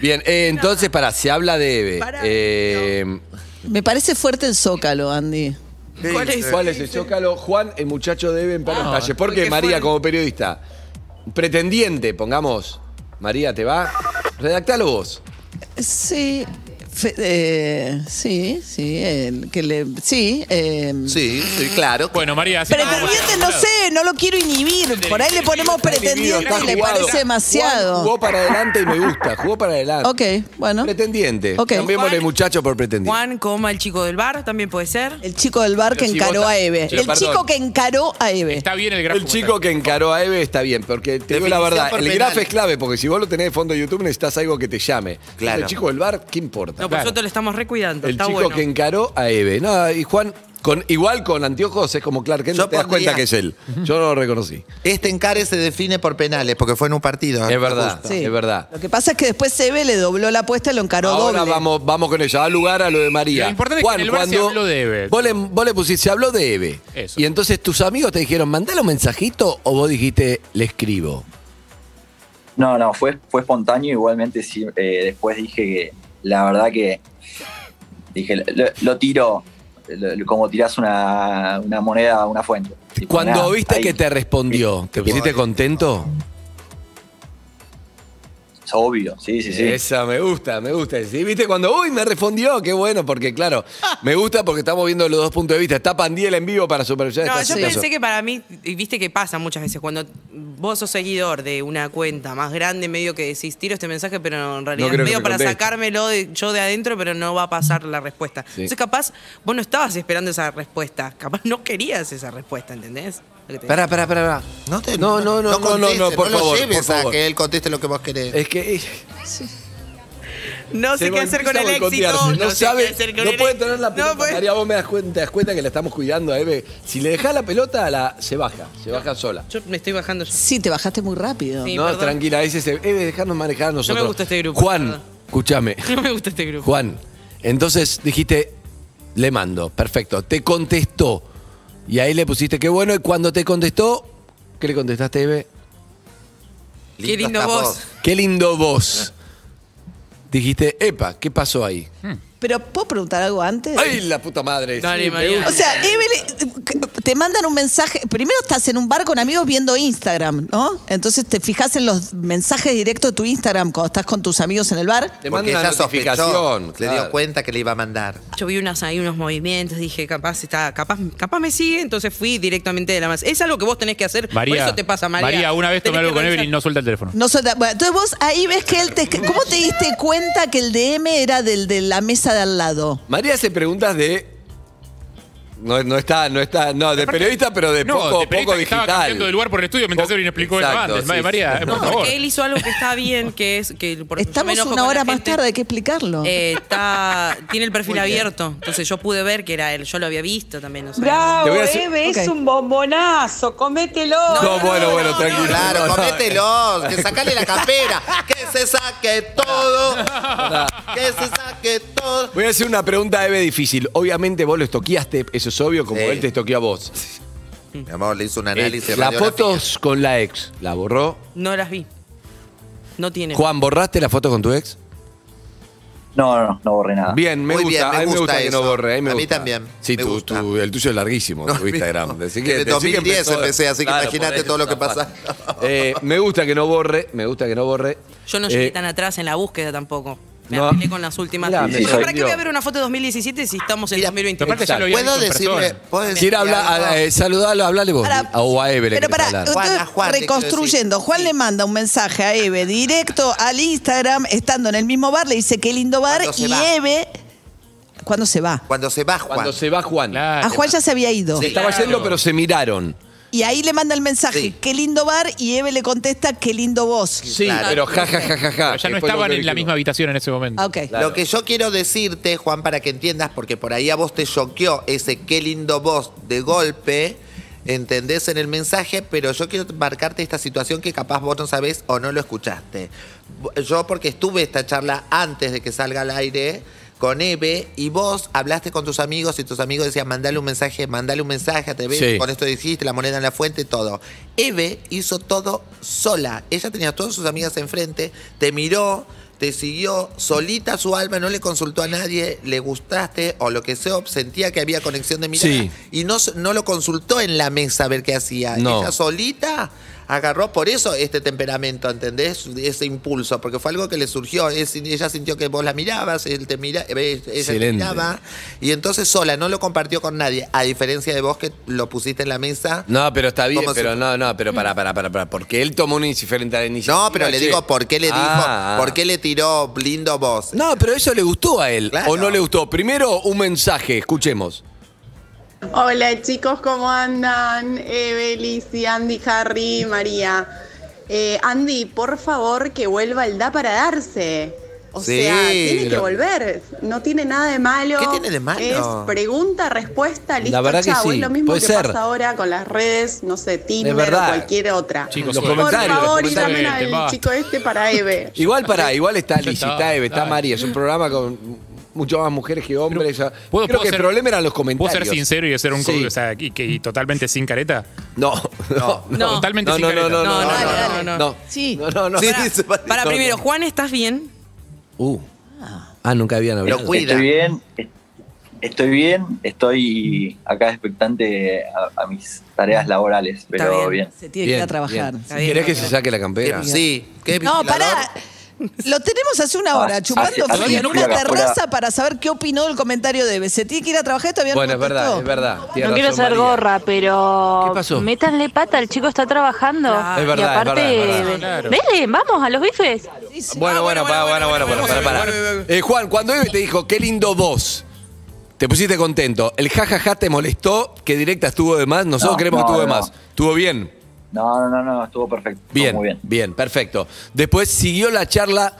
Speaker 7: Bien, eh, entonces, para, se habla de Eve. Eh,
Speaker 9: Me parece fuerte el zócalo, Andy.
Speaker 4: ¿Cuál
Speaker 5: eh,
Speaker 4: es?
Speaker 7: ¿Cuál es el Zócalo? Juan, el muchacho de Eben Palo Calle. ¿Por qué,
Speaker 4: porque
Speaker 7: María,
Speaker 4: fue-
Speaker 7: como periodista? Pretendiente, pongamos. María, ¿te va? Redactalo vos.
Speaker 9: Sí. fe- eh, sí, sí. el que le, sí. eh,
Speaker 5: Sí, sí, claro.
Speaker 8: Bueno, María, así
Speaker 9: Pretendiente, no sé, no lo quiero inhibir. Por ahí le ponemos pretendiente
Speaker 7: Está
Speaker 9: y le
Speaker 7: jugado.
Speaker 9: parece
Speaker 7: Juan
Speaker 9: demasiado.
Speaker 7: jugó para adelante y me gusta. Jugó para adelante.
Speaker 9: Ok, bueno.
Speaker 7: Pretendiente.
Speaker 9: Ok.
Speaker 7: Cambiémosle
Speaker 4: Juan-
Speaker 7: muchacho por pretendiente.
Speaker 4: Juan, coma el chico del bar, también puede ser.
Speaker 9: El chico del bar que
Speaker 7: Pero si vos
Speaker 9: encaró
Speaker 7: ta-
Speaker 9: a Eve.
Speaker 7: Pero
Speaker 9: El
Speaker 7: perdón.
Speaker 9: chico que encaró a Eve.
Speaker 8: Está bien el gráfico.
Speaker 7: El chico que encaró a Eve está bien, porque te digo la
Speaker 5: Definición
Speaker 7: verdad,
Speaker 5: por
Speaker 7: el
Speaker 5: penal.
Speaker 7: graf es clave, porque si vos lo tenés de fondo de YouTube necesitas algo que te llame.
Speaker 5: Claro.
Speaker 7: El chico del bar, ¿qué importa?
Speaker 4: No, por
Speaker 8: Claro.
Speaker 4: nosotros lo estamos recuidando.
Speaker 7: El
Speaker 4: está
Speaker 7: chico
Speaker 4: bueno.
Speaker 7: que encaró a Eve. No, y Juan, con, igual con anteojos es como Clark Kent,
Speaker 5: Yo
Speaker 7: te das
Speaker 5: pondría-
Speaker 7: cuenta que es él. Yo no lo reconocí.
Speaker 5: Este encare se define por penales, porque fue en un partido. eh,
Speaker 7: Es verdad,
Speaker 9: Ah,
Speaker 5: Justo.
Speaker 9: Sí.
Speaker 7: es verdad.
Speaker 9: Lo que pasa es que después Eve le dobló la apuesta y lo encaró
Speaker 7: Ahora
Speaker 9: doble.
Speaker 7: vamos, vamos con ella. Da lugar a lo de María.
Speaker 8: Lo importante es que en el bar se habló de Eve.
Speaker 7: Vos le, vos le pusiste, se habló de Eve.
Speaker 8: Eso.
Speaker 7: Y entonces tus amigos te dijeron, mandale un mensajito o vos dijiste, le escribo.
Speaker 11: No, no, fue, fue espontáneo. Igualmente, sí, eh, después dije que la verdad que dije, lo, lo tiro lo- como tirás una, una moneda a una fuente. Tipo,
Speaker 7: Cuando
Speaker 11: nada,
Speaker 7: viste
Speaker 11: ahí.
Speaker 9: Eh,
Speaker 7: que te respondió, ¿te pusiste contento?
Speaker 11: es obvio, sí, sí, sí.
Speaker 7: Esa me gusta, me gusta. Sí, viste cuando, uy, me respondió, qué bueno, porque claro,
Speaker 4: Ah.
Speaker 7: me gusta porque estamos viendo los dos puntos de vista. Está Pandiel en vivo para supervisar.
Speaker 4: No,
Speaker 7: esta
Speaker 4: yo
Speaker 7: situación.
Speaker 4: pensé que para mí, y viste que pasa muchas veces, cuando vos sos seguidor de una cuenta más grande, medio que decís, tiro este mensaje, pero en realidad
Speaker 7: creo que
Speaker 4: es medio
Speaker 7: me
Speaker 4: para
Speaker 7: conteste.
Speaker 4: sacármelo de- yo de adentro, pero no va a pasar la respuesta.
Speaker 7: Sí.
Speaker 4: Entonces capaz vos no estabas esperando esa respuesta, capaz no querías esa respuesta, ¿entendés? Lo que te
Speaker 7: Pará, pará, pará, pará. no, no, no, no, no, no, por
Speaker 5: lo
Speaker 7: favor,
Speaker 5: lleves
Speaker 7: por favor. Eh,
Speaker 5: a que él conteste lo que vos querés.
Speaker 7: Es que
Speaker 4: No sé
Speaker 7: Se
Speaker 4: qué hacer con el
Speaker 7: empieza a
Speaker 4: éxito.
Speaker 7: boicotearse, No,
Speaker 4: sé
Speaker 7: sabe,
Speaker 4: qué hacer con
Speaker 7: no
Speaker 4: el
Speaker 7: puede tener la pelota.
Speaker 4: puede.
Speaker 7: María, vos me das cuenta, te das cuenta que la estamos cuidando a Eve. Si le dejás la pelota, la, se baja, se baja sola.
Speaker 4: Yo me estoy bajando yo.
Speaker 9: Sí, te bajaste muy rápido.
Speaker 7: no, tranquila, ahí se Eve, dejarnos manejar a nosotros.
Speaker 4: me gusta este grupo, la
Speaker 7: Juan,
Speaker 4: verdad.
Speaker 7: escúchame.
Speaker 4: No me gusta este grupo.
Speaker 7: Juan, entonces dijiste, le mando, perfecto. Te contestó. Y ahí le pusiste qué bueno. Y cuando te contestó, ¿qué le contestaste, Eve?
Speaker 4: Qué lindo vos.
Speaker 7: Qué lindo vos. Dijiste, epa, ¿qué pasó ahí?
Speaker 9: Pero ¿puedo preguntar algo antes?
Speaker 7: ¡Ay, la puta madre!
Speaker 4: Dale,
Speaker 7: Sí, me
Speaker 4: Mariana.
Speaker 7: gusta.
Speaker 9: O sea, Evelyn, te mandan un mensaje. Primero estás en un bar con amigos viendo Instagram, ¿no? Entonces te fijas en los mensajes directos de tu Instagram cuando estás con tus amigos en el bar.
Speaker 5: Porque
Speaker 7: Te manda una
Speaker 5: ella sospechó,
Speaker 7: notificación.
Speaker 5: le
Speaker 7: claro.
Speaker 5: dio cuenta que le iba a mandar.
Speaker 4: Yo vi unas, ahí unos movimientos, dije, capaz está, capaz, capaz me sigue, entonces fui directamente de la más. Es algo que vos tenés que hacer,
Speaker 8: María,
Speaker 4: por eso te pasa, María.
Speaker 8: María, una vez tomé
Speaker 4: Tenés
Speaker 8: algo
Speaker 4: que
Speaker 8: con
Speaker 4: revisar.
Speaker 8: Evelyn y no suelta el teléfono.
Speaker 9: No soy tan- bueno, entonces vos ahí ves que él te. ¿Cómo te diste cuenta que el DM era del de la mesa de al lado?
Speaker 7: María hace preguntas de. No, no está, no está, no, de periodista, pero de
Speaker 8: No,
Speaker 7: poco,
Speaker 8: de periodista
Speaker 7: poco
Speaker 8: que estaba
Speaker 7: digital.
Speaker 8: cambiando de lugar por el estudio mientras Evelyn explicó eso
Speaker 7: Exacto,
Speaker 8: antes. Ma-
Speaker 7: sí,
Speaker 8: María,
Speaker 7: sí.
Speaker 8: por
Speaker 4: No,
Speaker 8: favor.
Speaker 4: porque él hizo algo que está bien, que es que por- yo me
Speaker 9: Estamos
Speaker 4: enojo
Speaker 9: una
Speaker 4: con la
Speaker 9: hora más
Speaker 4: gente.
Speaker 9: tarde, hay que explicarlo.
Speaker 4: Eh, está, tiene el perfil abierto, entonces yo pude ver que era él, yo lo había visto también. O sea.
Speaker 7: Te voy
Speaker 2: Bravo,
Speaker 7: a hacer-
Speaker 2: Ah, Eve, es
Speaker 9: Ok.
Speaker 2: un bombonazo, comételo.
Speaker 7: No, bueno, bueno, tranquilo.
Speaker 5: Claro,
Speaker 7: No, eh, no,
Speaker 5: comételos, que sacale la campera, que se saque todo, que se saque todo.
Speaker 7: Voy a hacer una pregunta a Eve difícil. Obviamente vos lo estoqueaste, eso es obvio, como
Speaker 5: Sí.
Speaker 7: él te estoqueó a vos.
Speaker 5: Mi amor, le hizo un análisis.
Speaker 7: Eh, las
Speaker 5: radiográfico.
Speaker 7: fotos con la ex, ¿la borró?
Speaker 4: No las vi. No tiene.
Speaker 7: Juan, ¿borraste la foto con tu ex?
Speaker 11: No, no, no, no borré nada.
Speaker 7: Bien, me
Speaker 5: Ah, Muy
Speaker 7: gusta,
Speaker 5: bien, me
Speaker 7: a mí me
Speaker 5: gusta
Speaker 7: gusta que no
Speaker 5: eso.
Speaker 7: borre, a mí me
Speaker 5: A mí
Speaker 7: gusta.
Speaker 5: también,
Speaker 7: Sí,
Speaker 5: me
Speaker 7: tu-
Speaker 5: gusta.
Speaker 7: tu- el tuyo es larguísimo, tu Instagram. Decí que,
Speaker 5: Desde
Speaker 7: decí que
Speaker 5: 2010
Speaker 7: empezó-
Speaker 5: empecé, así que
Speaker 7: Claro,
Speaker 5: imagínate
Speaker 7: por eso
Speaker 5: todo lo que
Speaker 7: está fácil.
Speaker 5: pasa.
Speaker 7: Eh, me gusta que no borre, me gusta que no borre.
Speaker 4: Yo no llegué
Speaker 7: Eh,
Speaker 4: tan atrás en la búsqueda tampoco. Me
Speaker 7: no.
Speaker 4: apelé con las últimas.
Speaker 7: Mirá, me
Speaker 4: Yo, ¿Para qué
Speaker 7: sorprendió.
Speaker 4: voy a ver una foto de 2017 si estamos en 2021?
Speaker 8: Aparte ya lo había
Speaker 5: ¿Puedo
Speaker 8: visto en
Speaker 5: decirle?
Speaker 8: persona.
Speaker 5: ¿puedo
Speaker 7: Quiere
Speaker 5: decirle
Speaker 7: hablar,
Speaker 5: algo?
Speaker 7: a- eh, saludalo, hablale vos.
Speaker 9: Para-
Speaker 7: a- o a Eve le
Speaker 9: Pero
Speaker 7: querés
Speaker 9: para,
Speaker 7: hablar.
Speaker 9: entonces,
Speaker 5: Juana, Juan, te quiero
Speaker 9: reconstruyendo,
Speaker 5: decir.
Speaker 9: Juan
Speaker 5: Sí.
Speaker 9: le manda un mensaje a Eve directo al Instagram, estando en el mismo bar, le dice qué lindo bar,
Speaker 5: Cuando se
Speaker 9: y
Speaker 5: va.
Speaker 9: Eve, ¿cuándo se va?
Speaker 5: Cuando se
Speaker 4: eh,
Speaker 5: va, Juan.
Speaker 7: Cuando se va Juan.
Speaker 8: Claro.
Speaker 9: A Juan ya se había ido.
Speaker 5: Sí.
Speaker 7: Estaba
Speaker 8: Claro.
Speaker 7: yendo, pero se miraron.
Speaker 9: Y ahí le manda el mensaje,
Speaker 5: Sí.
Speaker 9: qué lindo bar, y Eve le contesta, qué lindo vos.
Speaker 7: Sí,
Speaker 5: Claro.
Speaker 7: pero ja, ja, ja, ja, ja.
Speaker 8: Pero ya no
Speaker 7: Después
Speaker 8: estaban
Speaker 7: lo
Speaker 8: en la
Speaker 7: dijimos.
Speaker 8: misma habitación en ese momento.
Speaker 9: Ah, ok.
Speaker 5: Lo que yo quiero decirte, Juan, para que entiendas, porque por ahí a vos te choqueó ese qué lindo vos de golpe, entendés en el mensaje, pero yo quiero marcarte esta situación que capaz vos no sabés o no lo escuchaste. Yo porque estuve esta charla antes de que salga al aire con Eve y vos hablaste con tus amigos y tus amigos decían, mandale un mensaje, mandale un mensaje, te ves,
Speaker 7: Sí.
Speaker 5: con esto dijiste, la moneda en la fuente, todo. Eve hizo todo sola. Ella tenía a todas sus amigas enfrente, te miró, te siguió, solita su alma, no le consultó a nadie, le gustaste o lo que sea, sentía que había conexión de mirada
Speaker 7: Sí.
Speaker 5: y no, s- no lo consultó en la mesa a ver qué hacía.
Speaker 7: No.
Speaker 5: Ella solita agarró por eso este temperamento, ¿entendés? Ese impulso, porque fue algo que le surgió. Es- ella sintió que vos la mirabas, él te mira, eh, ella
Speaker 7: Excelente.
Speaker 5: te miraba. Y entonces sola, no lo compartió con nadie, a diferencia de vos que lo pusiste en la mesa.
Speaker 7: No, pero está bien,
Speaker 5: ¿Cómo
Speaker 7: pero
Speaker 5: se-
Speaker 7: no, no, pero para, para, para, para, porque él tomó una indiferente de iniciativa.
Speaker 5: No, pero le
Speaker 7: che.
Speaker 5: digo por qué le dijo,
Speaker 7: Ah, ah.
Speaker 5: por qué le tiró lindo vos. Eh,
Speaker 7: No, pero eso le gustó a él.
Speaker 5: Claro.
Speaker 7: O no le gustó. Primero, un mensaje, escuchemos.
Speaker 13: Hola chicos, ¿cómo andan? Belici, Andy, Harry, María. Eh, Andy, por favor que vuelva el da para darse. O
Speaker 5: Sí,
Speaker 13: sea, tiene que
Speaker 5: pero-
Speaker 13: volver. No tiene nada de malo.
Speaker 5: ¿Qué tiene de malo?
Speaker 13: Es pregunta, respuesta, listo,
Speaker 7: verdad que
Speaker 13: chau.
Speaker 7: sí,
Speaker 13: Es lo mismo
Speaker 7: puede
Speaker 13: que
Speaker 7: ser.
Speaker 13: pasa ahora con las redes, no sé, Tinder
Speaker 7: verdad.
Speaker 13: o cualquier otra.
Speaker 8: Chicos,
Speaker 7: Los
Speaker 8: suelten.
Speaker 13: por
Speaker 7: comentarios, los
Speaker 13: favor,
Speaker 7: comentarios.
Speaker 13: llamen
Speaker 8: Te
Speaker 13: al
Speaker 8: basta.
Speaker 13: chico este para Eve.
Speaker 7: Igual para, igual está Liz,
Speaker 8: está,
Speaker 7: está Eve, está
Speaker 8: dale.
Speaker 7: María. Es un programa con muchas más mujeres que hombres. ya.
Speaker 8: ¿Puedo-
Speaker 7: Creo
Speaker 8: puedo
Speaker 7: que
Speaker 8: ser-
Speaker 7: el problema eran los
Speaker 8: ¿Puedo
Speaker 7: comentarios.
Speaker 8: ser sincero y hacer un
Speaker 7: Sí.
Speaker 8: co- o sea, y, que- y totalmente sin careta?
Speaker 7: No, no, no.
Speaker 8: Totalmente
Speaker 7: no,
Speaker 8: sin
Speaker 7: no, no,
Speaker 8: careta.
Speaker 7: no, no,
Speaker 4: No,
Speaker 7: no,
Speaker 4: dale,
Speaker 7: no,
Speaker 4: dale,
Speaker 7: no,
Speaker 4: no.
Speaker 7: no.
Speaker 9: Sí.
Speaker 7: No, no, no.
Speaker 5: Sí, se parece.
Speaker 4: Para
Speaker 7: No,
Speaker 4: primero,
Speaker 7: no.
Speaker 4: Juan, ¿estás bien?
Speaker 7: Uh. Ah, nunca habían hablado.
Speaker 5: Lo cuida.
Speaker 11: Estoy bien, est- estoy bien, estoy acá expectante a, a mis tareas laborales, pero
Speaker 4: bien.
Speaker 11: bien.
Speaker 9: Se tiene que ir a trabajar.
Speaker 7: bien.
Speaker 4: Está bien,
Speaker 7: ¿Querés que
Speaker 4: no,
Speaker 7: se
Speaker 4: no.
Speaker 7: saque la campera?
Speaker 5: Sí, qué
Speaker 9: No,
Speaker 5: vigilador.
Speaker 9: pará. Lo tenemos hace una hora,
Speaker 11: Ah,
Speaker 9: chupando
Speaker 11: hace-
Speaker 9: frío en
Speaker 11: hace
Speaker 9: una
Speaker 11: frío acá
Speaker 9: terraza
Speaker 11: afuera.
Speaker 9: para saber qué opinó del comentario de Eve. Se tiene que ir a trabajar y todavía no
Speaker 7: Bueno, es verdad,
Speaker 9: contestó.
Speaker 7: es verdad. Tiene
Speaker 14: No
Speaker 7: razón,
Speaker 14: quiero ser
Speaker 7: María.
Speaker 14: gorra, pero.
Speaker 7: ¿Qué pasó?
Speaker 14: Métanle pata, el chico está trabajando.
Speaker 7: Es verdad,
Speaker 14: y
Speaker 7: es
Speaker 9: Ah,
Speaker 14: aparte.
Speaker 7: verdad, es
Speaker 4: Ah,
Speaker 7: verdad.
Speaker 14: Dele, vamos a los bifes.
Speaker 7: Bueno, bueno, para, bueno, bueno, para, para, para. Eh, Juan, cuando Eve te dijo, qué lindo vos, te pusiste contento. El jajaja te molestó, que directa estuvo de más. Nosotros
Speaker 11: No,
Speaker 7: creemos
Speaker 11: no,
Speaker 7: que estuvo de
Speaker 11: no.
Speaker 7: más. ¿Estuvo bien?
Speaker 11: No, no, no, no, estuvo perfecto.
Speaker 7: Bien, bien, perfecto. Después siguió la charla.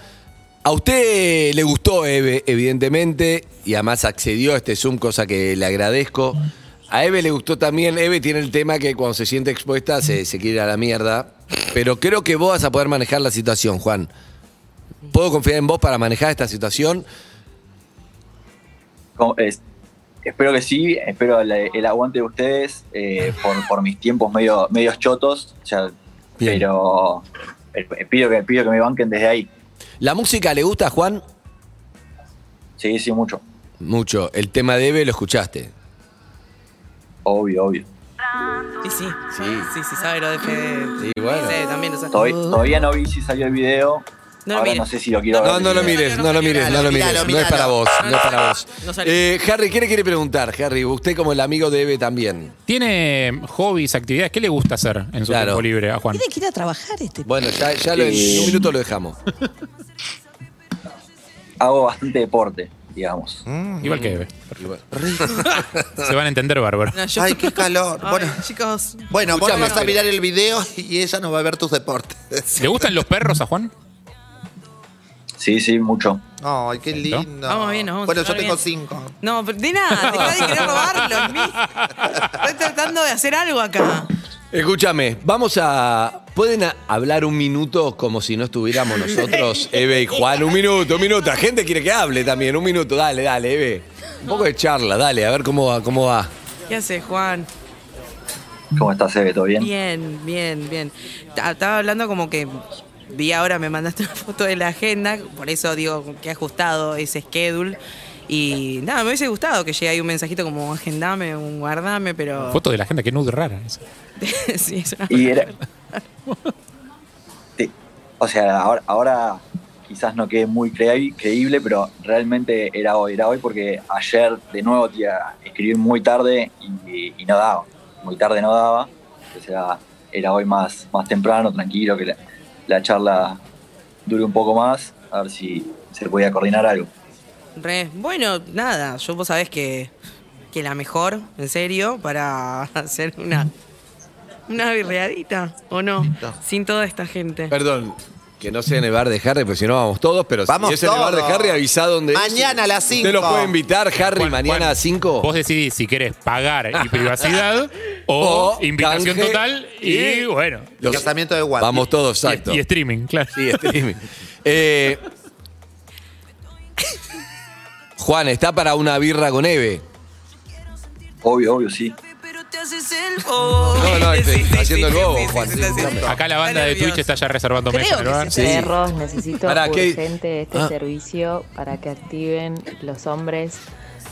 Speaker 7: A usted le gustó, Eve, evidentemente, y además accedió a este Zoom, cosa que le agradezco. A Eve le gustó también. Eve tiene el tema que cuando se siente expuesta se, se quiere ir a la mierda. Pero creo que vos vas a poder manejar la situación, Juan. Puedo confiar en vos para manejar esta situación.
Speaker 11: Como- es- espero que sí, espero la- el aguante de ustedes eh, por, por mis tiempos medio, medios chotos, o sea, pero eh, pido que, pido que me banquen desde ahí.
Speaker 7: ¿La música le gusta, Juan?
Speaker 11: Sí, sí, mucho.
Speaker 7: Mucho. El tema de Eve lo escuchaste.
Speaker 11: Obvio, obvio.
Speaker 4: Y sí, sí, sí, sí, sabe lo de Fede.
Speaker 7: Sí, bueno.
Speaker 4: Sí, también lo sabe.
Speaker 11: Todavía, todavía no vi si salió el video.
Speaker 4: Oh. No lo
Speaker 11: Ahora
Speaker 4: mires.
Speaker 11: no sé si lo quiero ver.
Speaker 7: No, no lo mires, no lo mires, no lo mires. No es para vos, no es para vos. Eh, Harry, ¿qué le quiere preguntar, Harry? Usted como el amigo de Eve también.
Speaker 8: ¿Tiene hobbies, actividades? ¿Qué le gusta hacer en su tiempo libre a Juan?
Speaker 9: Tiene que ir a trabajar este
Speaker 7: Bueno, ya, ya lo, en
Speaker 11: Eh,
Speaker 7: un minuto lo dejamos.
Speaker 11: Hago bastante deporte, digamos.
Speaker 8: Igual que Eve. Se van a entender, bárbaro.
Speaker 5: Ay, qué calor. bueno,
Speaker 4: chicos.
Speaker 5: Bueno, vos
Speaker 8: Escuchame,
Speaker 5: vas a
Speaker 8: pero-
Speaker 5: mirar el video y ella no va a ver tus deportes.
Speaker 8: ¿Le gustan los perros a Juan?
Speaker 11: Sí, sí, mucho.
Speaker 5: Ay, qué lindo.
Speaker 4: Vamos bien, nos vamos
Speaker 5: Bueno,
Speaker 4: a
Speaker 5: yo
Speaker 4: llevar
Speaker 5: tengo
Speaker 4: bien.
Speaker 5: cinco.
Speaker 4: No, pero de nada, dejá de querer robarlo. en mí. Estoy tratando de hacer algo acá.
Speaker 7: Escúchame, vamos a. ¿Pueden a- hablar un minuto como si no estuviéramos nosotros? Eve y Juan, un minuto, un minuto. La gente quiere que hable también, un minuto. Dale, dale, Eve. Un poco de charla, dale, a ver cómo va, cómo va.
Speaker 4: ¿Qué hace, Juan?
Speaker 11: ¿Cómo estás, Eve? ¿Todo bien?
Speaker 4: Bien, bien, bien. Ta- Estaba hablando como que vi ahora, me mandaste una foto de la agenda, por eso digo que he ajustado ese schedule. Y nada, me hubiese gustado que llegue ahí un mensajito como agendame, un guardame, pero.
Speaker 8: Fotos de la gente, qué nude rara. esa.
Speaker 4: sí, es una-
Speaker 11: Y era. Sí, O sea, ahora, ahora quizás no quede muy creí- creíble, pero realmente era hoy, era hoy porque ayer de nuevo tía, escribí muy tarde y, y no daba. Muy tarde no daba. Entonces era, era hoy más, más temprano, tranquilo, que la, la charla dure un poco más, a ver si se podía coordinar algo.
Speaker 4: Re. Bueno, nada, yo vos sabés que, que la mejor, en serio, para hacer una, una birreadita, ¿o no? Sin toda esta gente.
Speaker 7: Perdón, que no sea en el bar de Harry, porque si no vamos todos, pero
Speaker 4: Vamos
Speaker 7: si es en el bar de
Speaker 4: todos.
Speaker 7: Harry, avisa dónde es.
Speaker 5: Mañana a las
Speaker 7: Usted lo
Speaker 5: cinco.
Speaker 7: puede invitar, Harry,
Speaker 8: Juan,
Speaker 7: mañana
Speaker 8: Juan,
Speaker 7: a 5.
Speaker 8: Vos decidís si querés pagar y privacidad o,
Speaker 7: O
Speaker 8: invitación
Speaker 7: canje
Speaker 8: total y,
Speaker 7: y-
Speaker 8: bueno.
Speaker 7: Los-
Speaker 5: Casamiento de guante.
Speaker 7: Vamos todos, exacto.
Speaker 8: Y, y streaming, claro.
Speaker 7: Sí, streaming. Eh, Juan, ¿está para una birra con Eve?
Speaker 11: Obvio, obvio, sí.
Speaker 7: No, no, estoy haciendo el bobo, Juan.
Speaker 8: Acá la banda de Twitch está ya reservando
Speaker 7: Creo
Speaker 8: mesa en el
Speaker 7: que
Speaker 8: bar.
Speaker 7: se está Sí.
Speaker 15: Perros, necesito
Speaker 7: Pará, ¿qué?
Speaker 15: urgente este
Speaker 7: Ah.
Speaker 15: servicio para que activen los hombres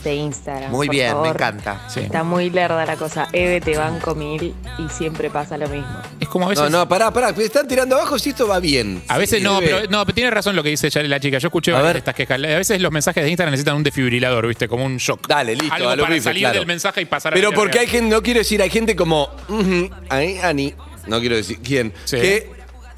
Speaker 15: de Instagram.
Speaker 5: Muy
Speaker 15: por
Speaker 5: bien,
Speaker 15: favor.
Speaker 5: me encanta.
Speaker 15: Está muy lerda la cosa. Eve te banco mil y siempre pasa lo mismo.
Speaker 8: Pues Es como a
Speaker 7: No,
Speaker 8: veces.
Speaker 7: no, pará, pará. me Están tirando abajo si esto va bien.
Speaker 8: A veces
Speaker 7: Sí,
Speaker 8: no,
Speaker 7: Eve.
Speaker 8: pero, no, pero tiene razón lo que dice ya la chica. Yo escuché varias de estas quejas. A veces los mensajes de Instagram necesitan un desfibrilador, ¿viste? Como un shock. Dale,
Speaker 7: listo,
Speaker 8: Algo
Speaker 7: a lo
Speaker 8: para
Speaker 7: bife,
Speaker 8: salir
Speaker 7: claro.
Speaker 8: del mensaje y pasar a la
Speaker 7: Pero
Speaker 8: vida
Speaker 7: porque hay
Speaker 8: real.
Speaker 7: gente, no quiero decir, hay gente como. "Ujú, ay, Ani", no quiero decir quién. Que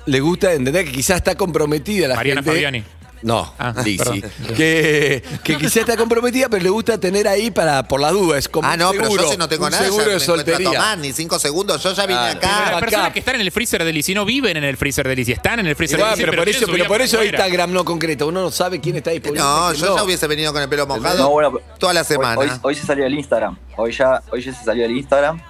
Speaker 7: le gusta entender que quizás está comprometida la
Speaker 8: Mariana
Speaker 7: gente.
Speaker 8: Fabiani.
Speaker 7: No,
Speaker 8: Ah,
Speaker 7: Lizzy.
Speaker 8: perdón.
Speaker 7: Que, que quizás está comprometida, pero le gusta tener ahí para, por las dudas. Como
Speaker 5: Ah,
Speaker 7: un
Speaker 5: no, pero
Speaker 7: seguro,
Speaker 5: yo si no tengo
Speaker 7: un
Speaker 5: nada,
Speaker 7: seguro
Speaker 5: ya no
Speaker 7: de
Speaker 5: me encuentro a
Speaker 7: soltería. Ah,
Speaker 5: tomar ni cinco segundos. Yo ya vine
Speaker 7: Claro.
Speaker 5: acá.
Speaker 8: Las personas que están en el freezer de Lizzy no viven en el freezer de Lizzy, están en el freezer
Speaker 7: Igual,
Speaker 8: de Lizzy.
Speaker 7: pero, por
Speaker 8: tienen
Speaker 7: eso,
Speaker 8: su
Speaker 7: pero
Speaker 8: vida
Speaker 7: por eso
Speaker 8: por fuera.
Speaker 7: Instagram no concreta. Uno no sabe quién está disponible.
Speaker 5: No, yo
Speaker 7: no.
Speaker 5: ya hubiese venido con el pelo mojado
Speaker 11: No, bueno, pero
Speaker 5: toda la semana.
Speaker 11: Hoy, hoy se salió el Instagram. Hoy ya, hoy ya se salió el Instagram.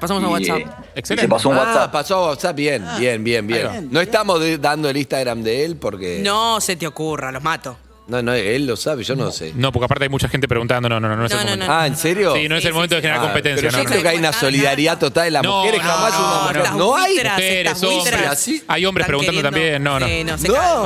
Speaker 4: Pasamos a
Speaker 11: Y,
Speaker 4: WhatsApp.
Speaker 11: eh, Excelente. se pasó un
Speaker 7: Ah,
Speaker 11: WhatsApp.
Speaker 7: pasó a WhatsApp, bien, bien, bien, bien.
Speaker 4: Ahí va.
Speaker 7: No estamos de- dando el Instagram de él porque.
Speaker 4: No se te ocurra, los mato.
Speaker 7: No, no, él lo sabe, yo no, sé.
Speaker 8: No, porque aparte hay mucha gente preguntando, no, no, no, no es el
Speaker 4: No, no,
Speaker 8: momento.
Speaker 7: ah, ¿en serio?
Speaker 8: Sí, no es el momento de generar
Speaker 7: Ah,
Speaker 8: competencia.
Speaker 7: Pero yo
Speaker 8: no,
Speaker 7: creo
Speaker 8: no.
Speaker 7: que hay una solidaridad total de las
Speaker 8: No,
Speaker 7: mujeres.
Speaker 8: no,
Speaker 7: jamás
Speaker 8: no,
Speaker 7: una mujer.
Speaker 8: no.
Speaker 7: No, hay.
Speaker 8: Mujeres, hombres. Hay hombres preguntando también. No, no.
Speaker 7: No,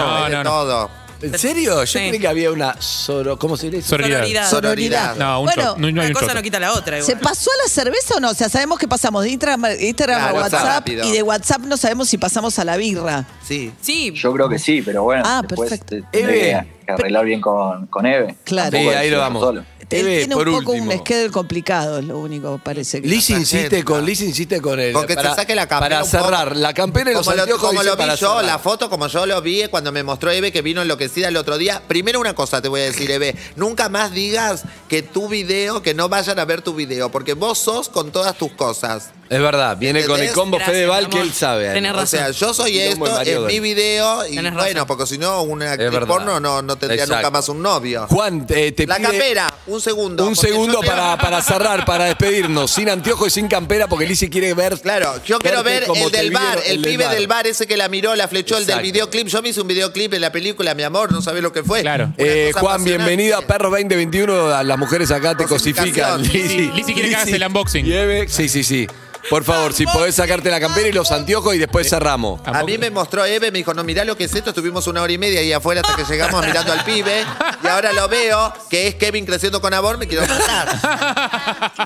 Speaker 8: No,
Speaker 7: de
Speaker 8: no, no.
Speaker 7: todo. ¿En serio? Yo
Speaker 4: Sí.
Speaker 7: creí que había una soro... ¿Cómo se dice?
Speaker 4: Sororidad.
Speaker 7: Sororidad.
Speaker 8: No, un
Speaker 9: Bueno,
Speaker 8: shot. No, no hay
Speaker 4: una
Speaker 8: un
Speaker 4: cosa
Speaker 8: shot.
Speaker 4: no quita la otra.
Speaker 9: ¿Se
Speaker 4: igual.
Speaker 9: pasó a la cerveza o no? O sea, sabemos que pasamos de Instagram, a- Instagram
Speaker 11: Claro,
Speaker 9: a
Speaker 11: WhatsApp
Speaker 9: WhatsApp
Speaker 11: rápido.
Speaker 9: y de WhatsApp no sabemos si pasamos a la birra.
Speaker 5: Sí.
Speaker 4: Sí.
Speaker 11: Yo creo que sí, pero bueno,
Speaker 9: Ah,
Speaker 11: después
Speaker 7: Este,
Speaker 9: perfecto.
Speaker 11: te- tendré
Speaker 9: Eve.
Speaker 11: que arreglar bien con, con Eve.
Speaker 9: Claro.
Speaker 11: Tampoco
Speaker 9: Sí, ahí lo
Speaker 11: decirlo
Speaker 7: vamos.
Speaker 11: solo.
Speaker 9: Él
Speaker 7: Eve,
Speaker 9: tiene
Speaker 7: por
Speaker 9: un poco
Speaker 7: último.
Speaker 9: un schedule complicado, es lo único parece que.
Speaker 7: Liz insiste con, Liz insiste con el.
Speaker 5: Con que
Speaker 7: para-
Speaker 5: se saque la campera.
Speaker 7: Para
Speaker 5: un poco.
Speaker 7: cerrar. La campera y los
Speaker 5: como lo,
Speaker 7: anteojos
Speaker 5: como
Speaker 7: dice
Speaker 5: lo vi
Speaker 7: para
Speaker 5: yo,
Speaker 7: cerrar.
Speaker 5: la foto, como yo lo vi cuando me mostró Eve que vino enloquecida el otro día. Primero una cosa te voy a decir, Eve. Nunca más digas que tu video, que no vayan a ver tu video, porque vos sos con todas tus cosas.
Speaker 7: Es verdad, viene con el
Speaker 5: ¿Entendés?
Speaker 7: combo
Speaker 5: Gracias,
Speaker 7: Fedeval que
Speaker 5: amor.
Speaker 7: él sabe.
Speaker 5: Tenés O sea, yo soy esto, es mi video, y
Speaker 7: Tenés
Speaker 5: bueno,
Speaker 7: razón.
Speaker 5: porque si no, una actriz
Speaker 7: verdad.
Speaker 5: porno no, no tendría
Speaker 7: Exacto.
Speaker 5: nunca más un novio.
Speaker 7: Juan, eh, te
Speaker 5: La
Speaker 7: pide
Speaker 5: campera, un segundo.
Speaker 7: Un
Speaker 5: porque
Speaker 7: segundo
Speaker 5: yo quiero-
Speaker 7: para, para cerrar, para despedirnos. Sin anteojos y sin campera, porque Lizzy quiere ver.
Speaker 5: Claro, Yo quiero ver el del bar, el, pibe del bar ese que la miró, la flechó, el del
Speaker 7: Exacto.
Speaker 5: videoclip. Yo me hice un videoclip en la película, mi amor, no sabés lo que fue. Claro.
Speaker 7: Eh, Juan, bienvenida a Perros 2021. A Las mujeres acá te cosifican.
Speaker 8: Lizzy, Lizzy quiere que hagas el unboxing.
Speaker 7: Lleve- Sí, sí, sí. Por favor, si podés sacarte la campera y los anteojos y después cerramos.
Speaker 8: Ah.
Speaker 5: A mí me mostró Eve, me dijo, no, mirá lo que es esto. Estuvimos una hora y media ahí afuera hasta que llegamos mirando al pibe. Y ahora lo veo, que es Kevin creciendo con amor, me quiero matar.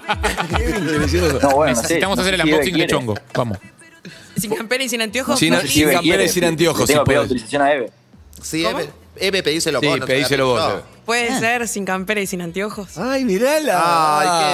Speaker 11: No, bueno, sí,
Speaker 8: Necesitamos
Speaker 11: no
Speaker 8: hacer
Speaker 11: sé si Eve
Speaker 8: el unboxing de
Speaker 11: quiere.
Speaker 8: Chongo. Vamos.
Speaker 4: Sin campera y sin anteojos.
Speaker 7: Sin-
Speaker 4: por
Speaker 7: sin
Speaker 4: Liz.
Speaker 7: campera y sin anteojos,
Speaker 11: Tengo que
Speaker 7: si
Speaker 11: pedir
Speaker 7: podés.
Speaker 11: autorización a Eve.
Speaker 5: Sí, Eve, Eve, pedíselo
Speaker 7: Sí,
Speaker 5: vos. no te la
Speaker 7: pedíselo vos,
Speaker 5: pidió.
Speaker 7: Eve.
Speaker 4: Puede ser sin campera y sin anteojos.
Speaker 7: Ay, mirala.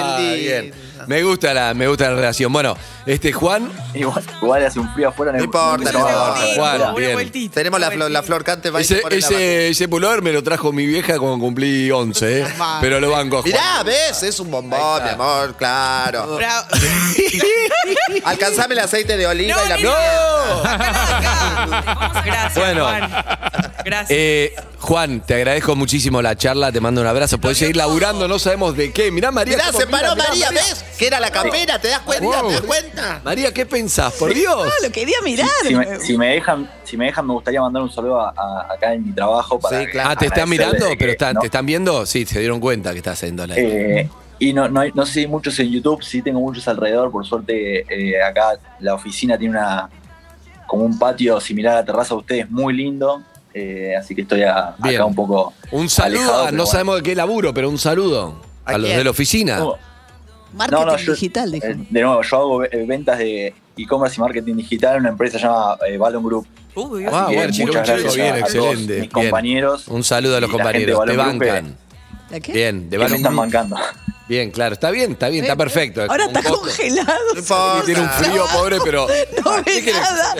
Speaker 5: Ay, qué
Speaker 7: bien. Me gusta la, me gusta la relación. Bueno, este Juan.
Speaker 11: Igual, igual hace un frío afuera en
Speaker 5: No
Speaker 11: el
Speaker 5: importa, no
Speaker 11: en el
Speaker 5: importa.
Speaker 11: trabajo.
Speaker 7: Juan, bien.
Speaker 4: vueltita,
Speaker 5: Tenemos la, flor- la flor cante, va a ir
Speaker 7: Ese,
Speaker 5: por el abanico.
Speaker 7: ese, ese pullover me lo trajo mi vieja cuando cumplí 11, ¿eh? Pero lo banco a Juan.
Speaker 5: Mirá, ves, es un bombón, mi amor, claro. Alcanzame el aceite de oliva y la
Speaker 7: ¡No!
Speaker 4: Gracias,
Speaker 7: Bueno.
Speaker 4: Juan. Gracias.
Speaker 7: Eh, Juan, te agradezco muchísimo la charla, te mando un abrazo. Podés seguir laburando, no sabemos de qué. Mirá, María.
Speaker 5: Mirá,
Speaker 7: cómo
Speaker 5: se
Speaker 7: mira,
Speaker 5: paró
Speaker 7: mirá,
Speaker 5: María,
Speaker 7: María.
Speaker 5: ¿ves? Que era la campera, ¿te das cuenta?
Speaker 7: Wow.
Speaker 5: ¿Te das cuenta?
Speaker 7: María, ¿qué pensás? Por Dios.
Speaker 9: lo quería mirar.
Speaker 11: Si me, si me dejan, si me dejan, me gustaría mandar un saludo a- a- acá en mi trabajo para.
Speaker 7: Sí, claro. Ah, te están mirando,
Speaker 11: agradecerle
Speaker 7: pero está-
Speaker 11: no.
Speaker 7: te están viendo. Sí, se dieron cuenta que estás haciendo la.
Speaker 11: Eh, y no, no, hay- no sé si hay muchos en YouTube, sí tengo muchos alrededor. Por suerte, eh, acá la oficina tiene una como un patio similar a la terraza de ustedes, muy lindo. eh, así que estoy a-
Speaker 7: Bien.
Speaker 11: acá un poco.
Speaker 7: Un saludo,
Speaker 11: alejado,
Speaker 7: a-
Speaker 11: pero
Speaker 7: no
Speaker 11: bueno.
Speaker 7: sabemos de qué laburo, pero un saludo a, los
Speaker 11: quién?
Speaker 7: de la oficina.
Speaker 11: No,
Speaker 9: Marketing
Speaker 11: no, yo-
Speaker 9: digital, dijo.
Speaker 11: eh, de nuevo, yo hago eh, ventas de e-commerce y marketing digital en una empresa llamada eh, Balloon Group.
Speaker 4: Uy,
Speaker 11: Así
Speaker 7: Ah,
Speaker 11: que
Speaker 7: bueno,
Speaker 11: muchas
Speaker 7: Chirucho,
Speaker 11: gracias
Speaker 7: bien,
Speaker 11: a todos
Speaker 7: excelente.
Speaker 11: mis
Speaker 7: Bien.
Speaker 11: compañeros.
Speaker 7: Un saludo a los
Speaker 11: y la gente de
Speaker 7: compañeros, te
Speaker 11: Balloon Group, eh,
Speaker 7: bancan.
Speaker 9: ¿La qué?
Speaker 7: Bien, de
Speaker 11: que me
Speaker 7: Balón
Speaker 11: están
Speaker 7: Group.
Speaker 11: bancando.
Speaker 7: Bien, claro, está bien, está bien, está perfecto.
Speaker 9: Eh, Ahora está
Speaker 7: Un poco-
Speaker 9: congelado.
Speaker 5: importa.
Speaker 7: Y tiene un frío, pobre, pero.
Speaker 9: No ve nada.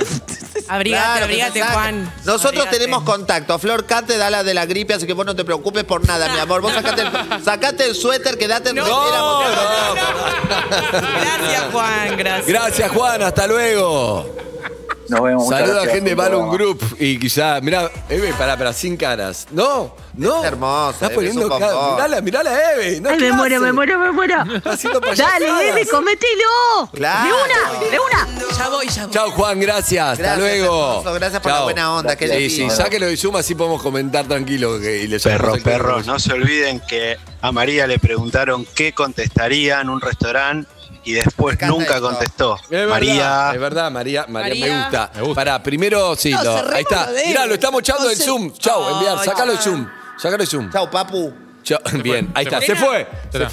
Speaker 4: Abrigate,
Speaker 5: Claro,
Speaker 4: abrigate,
Speaker 5: que se saquen.
Speaker 4: Juan.
Speaker 5: Nosotros
Speaker 4: Abrigate.
Speaker 5: tenemos contacto. Flor Cate da la de la gripe, así que vos no te preocupes por nada, mi amor. Vos sacate el, sacate el suéter, quedate en
Speaker 7: No,
Speaker 5: remera, porque-
Speaker 7: no,
Speaker 4: Gracias, Juan. Gracias.
Speaker 7: Gracias, Juan, hasta luego.
Speaker 11: Nos vemos. muchas
Speaker 7: Saluda a
Speaker 11: gracias
Speaker 7: gente de
Speaker 11: por el
Speaker 7: Balloon
Speaker 11: programa.
Speaker 7: Group y quizá, mirá, Eve, pará, pará, sin caras. No, no.
Speaker 5: Es hermosa,
Speaker 7: Está
Speaker 5: Eve,
Speaker 7: poniendo
Speaker 5: es un
Speaker 7: cara.
Speaker 5: bombón.
Speaker 7: Mirala, mirala, Eve. No
Speaker 14: Ay, me
Speaker 7: ¿qué
Speaker 14: muero,
Speaker 7: hace?
Speaker 14: me muero, me muero.
Speaker 7: Está haciendo payasadas.
Speaker 14: Dale, Eve, cometelo.
Speaker 5: Claro.
Speaker 14: De una, de una.
Speaker 4: Ya voy, ya voy.
Speaker 7: Chao, Juan, gracias. Hasta
Speaker 5: Gracias,
Speaker 7: luego.
Speaker 5: hermoso, gracias por la
Speaker 7: Chao.
Speaker 5: buena onda, qué
Speaker 7: Sí, sí,
Speaker 5: lindo.
Speaker 7: sáquelo y suma, así podemos comentar tranquilo. Que, y le
Speaker 16: Perros, perros, no se olviden que a María le preguntaron qué contestaría en un restaurante y después
Speaker 5: encanta
Speaker 16: nunca
Speaker 7: Ah.
Speaker 5: esto.
Speaker 16: contestó.
Speaker 7: Es verdad,
Speaker 16: María.
Speaker 7: Es verdad, María, María, me
Speaker 4: María.
Speaker 7: gusta. Pará, primero sí,
Speaker 9: No,
Speaker 7: lo-
Speaker 9: cerremos
Speaker 7: ahí está.
Speaker 9: lo de él.
Speaker 7: Mirá, lo estamos echando del
Speaker 9: Entonces-
Speaker 7: Zoom. Chao, enviar,
Speaker 4: Ay,
Speaker 7: sacalo el
Speaker 4: Juan.
Speaker 7: Zoom. Sacalo el Zoom.
Speaker 5: Chao, papu.
Speaker 7: Chao, bien, ahí
Speaker 8: se
Speaker 7: está, se
Speaker 8: fue.
Speaker 7: fue, se
Speaker 8: Se fue.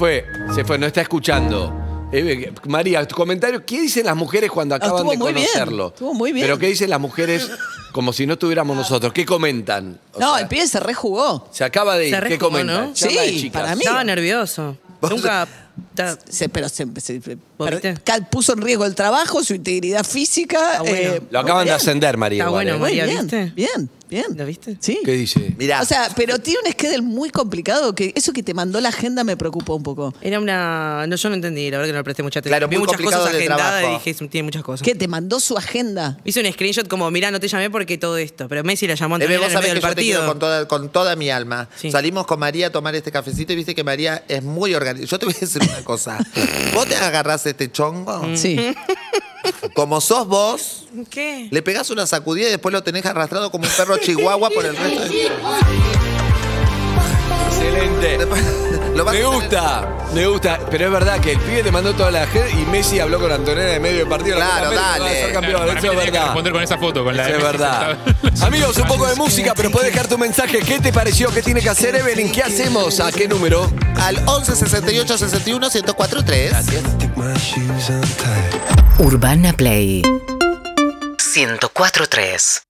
Speaker 7: fue, se fue, no está escuchando. Eve, María, tu comentario, ¿qué dicen las mujeres cuando acaban
Speaker 9: estuvo
Speaker 7: de
Speaker 9: muy bien,
Speaker 7: conocerlo?
Speaker 9: estuvo muy bien.
Speaker 7: Pero ¿qué dicen las mujeres como si no estuviéramos nosotros? ¿Qué comentan? O
Speaker 9: No,
Speaker 7: sea,
Speaker 9: el pibe se rejugó.
Speaker 7: se acaba de ir,
Speaker 4: Se
Speaker 7: ¿qué
Speaker 4: rejugó,
Speaker 7: comentan?
Speaker 4: ¿no?
Speaker 7: Charla de
Speaker 9: Sí,
Speaker 7: chicas.
Speaker 9: para mí.
Speaker 4: Estaba nervioso. Nunca. ta-
Speaker 9: Se- pero se, se-
Speaker 4: ¿Vos
Speaker 9: per-
Speaker 4: viste?
Speaker 9: cal- puso en riesgo el trabajo, su integridad física. eh,
Speaker 4: Está bueno.
Speaker 7: Lo acaban de ascender, María.
Speaker 4: Está
Speaker 7: igual,
Speaker 4: bueno,
Speaker 7: ¿eh?
Speaker 9: Muy
Speaker 4: María,
Speaker 9: bien,
Speaker 4: ¿viste?
Speaker 9: bien, bien.
Speaker 4: ¿Lo viste?
Speaker 9: Sí.
Speaker 7: ¿Qué dice?
Speaker 5: Mirá.
Speaker 9: O sea, pero tiene un schedule muy complicado que eso que te mandó la agenda me preocupa un poco.
Speaker 4: Era una. No, yo no entendí, la verdad que no le presté mucha atención.
Speaker 5: Claro,
Speaker 4: Vi
Speaker 5: muy
Speaker 4: muchas
Speaker 5: complicado
Speaker 4: cosas
Speaker 5: de
Speaker 4: agendadas y
Speaker 5: trabajo.
Speaker 4: dije, "Es- tiene muchas cosas.
Speaker 9: ¿Qué? ¿Te mandó su agenda?
Speaker 4: Hice un screenshot como, mirá, no te llamé porque todo esto. Pero Messi la llamó antes
Speaker 5: Eve,
Speaker 4: del
Speaker 5: vos sabés
Speaker 4: medio
Speaker 5: que
Speaker 4: del
Speaker 5: yo te quiero con
Speaker 4: partido.
Speaker 5: toda, con toda mi alma.
Speaker 4: Sí.
Speaker 5: Salimos con María a tomar este cafecito y viste que María es muy organizada. Yo te voy a decir una cosa. vos te agarrás este chongo,
Speaker 9: Sí.
Speaker 5: como sos vos,
Speaker 4: ¿Qué?
Speaker 5: le pegás una sacudida y después lo tenés arrastrado como un perro chihuahua por el resto de...
Speaker 7: Excelente.
Speaker 5: Lo vas
Speaker 7: Me
Speaker 5: a tener-
Speaker 7: gusta, me gusta. Pero es verdad que el pibe le mandó toda la gente y Messi habló con Antonella en medio del partido.
Speaker 5: Claro,
Speaker 7: Messi va a
Speaker 5: dale.
Speaker 7: ser campeón,
Speaker 8: Para mí
Speaker 7: eso es
Speaker 8: le tiene que
Speaker 7: verdad.
Speaker 8: responder con esa foto, con la
Speaker 7: Eso
Speaker 8: de
Speaker 7: es
Speaker 8: Messi.
Speaker 7: verdad. Amigos, un poco de música, pero puedes dejar tu mensaje. ¿Qué te pareció? ¿Qué tiene que hacer Evelyn? ¿Qué hacemos? ¿A qué número?
Speaker 5: Al 11 68 61 104 3. Gracias.
Speaker 17: Urbana Play 104.3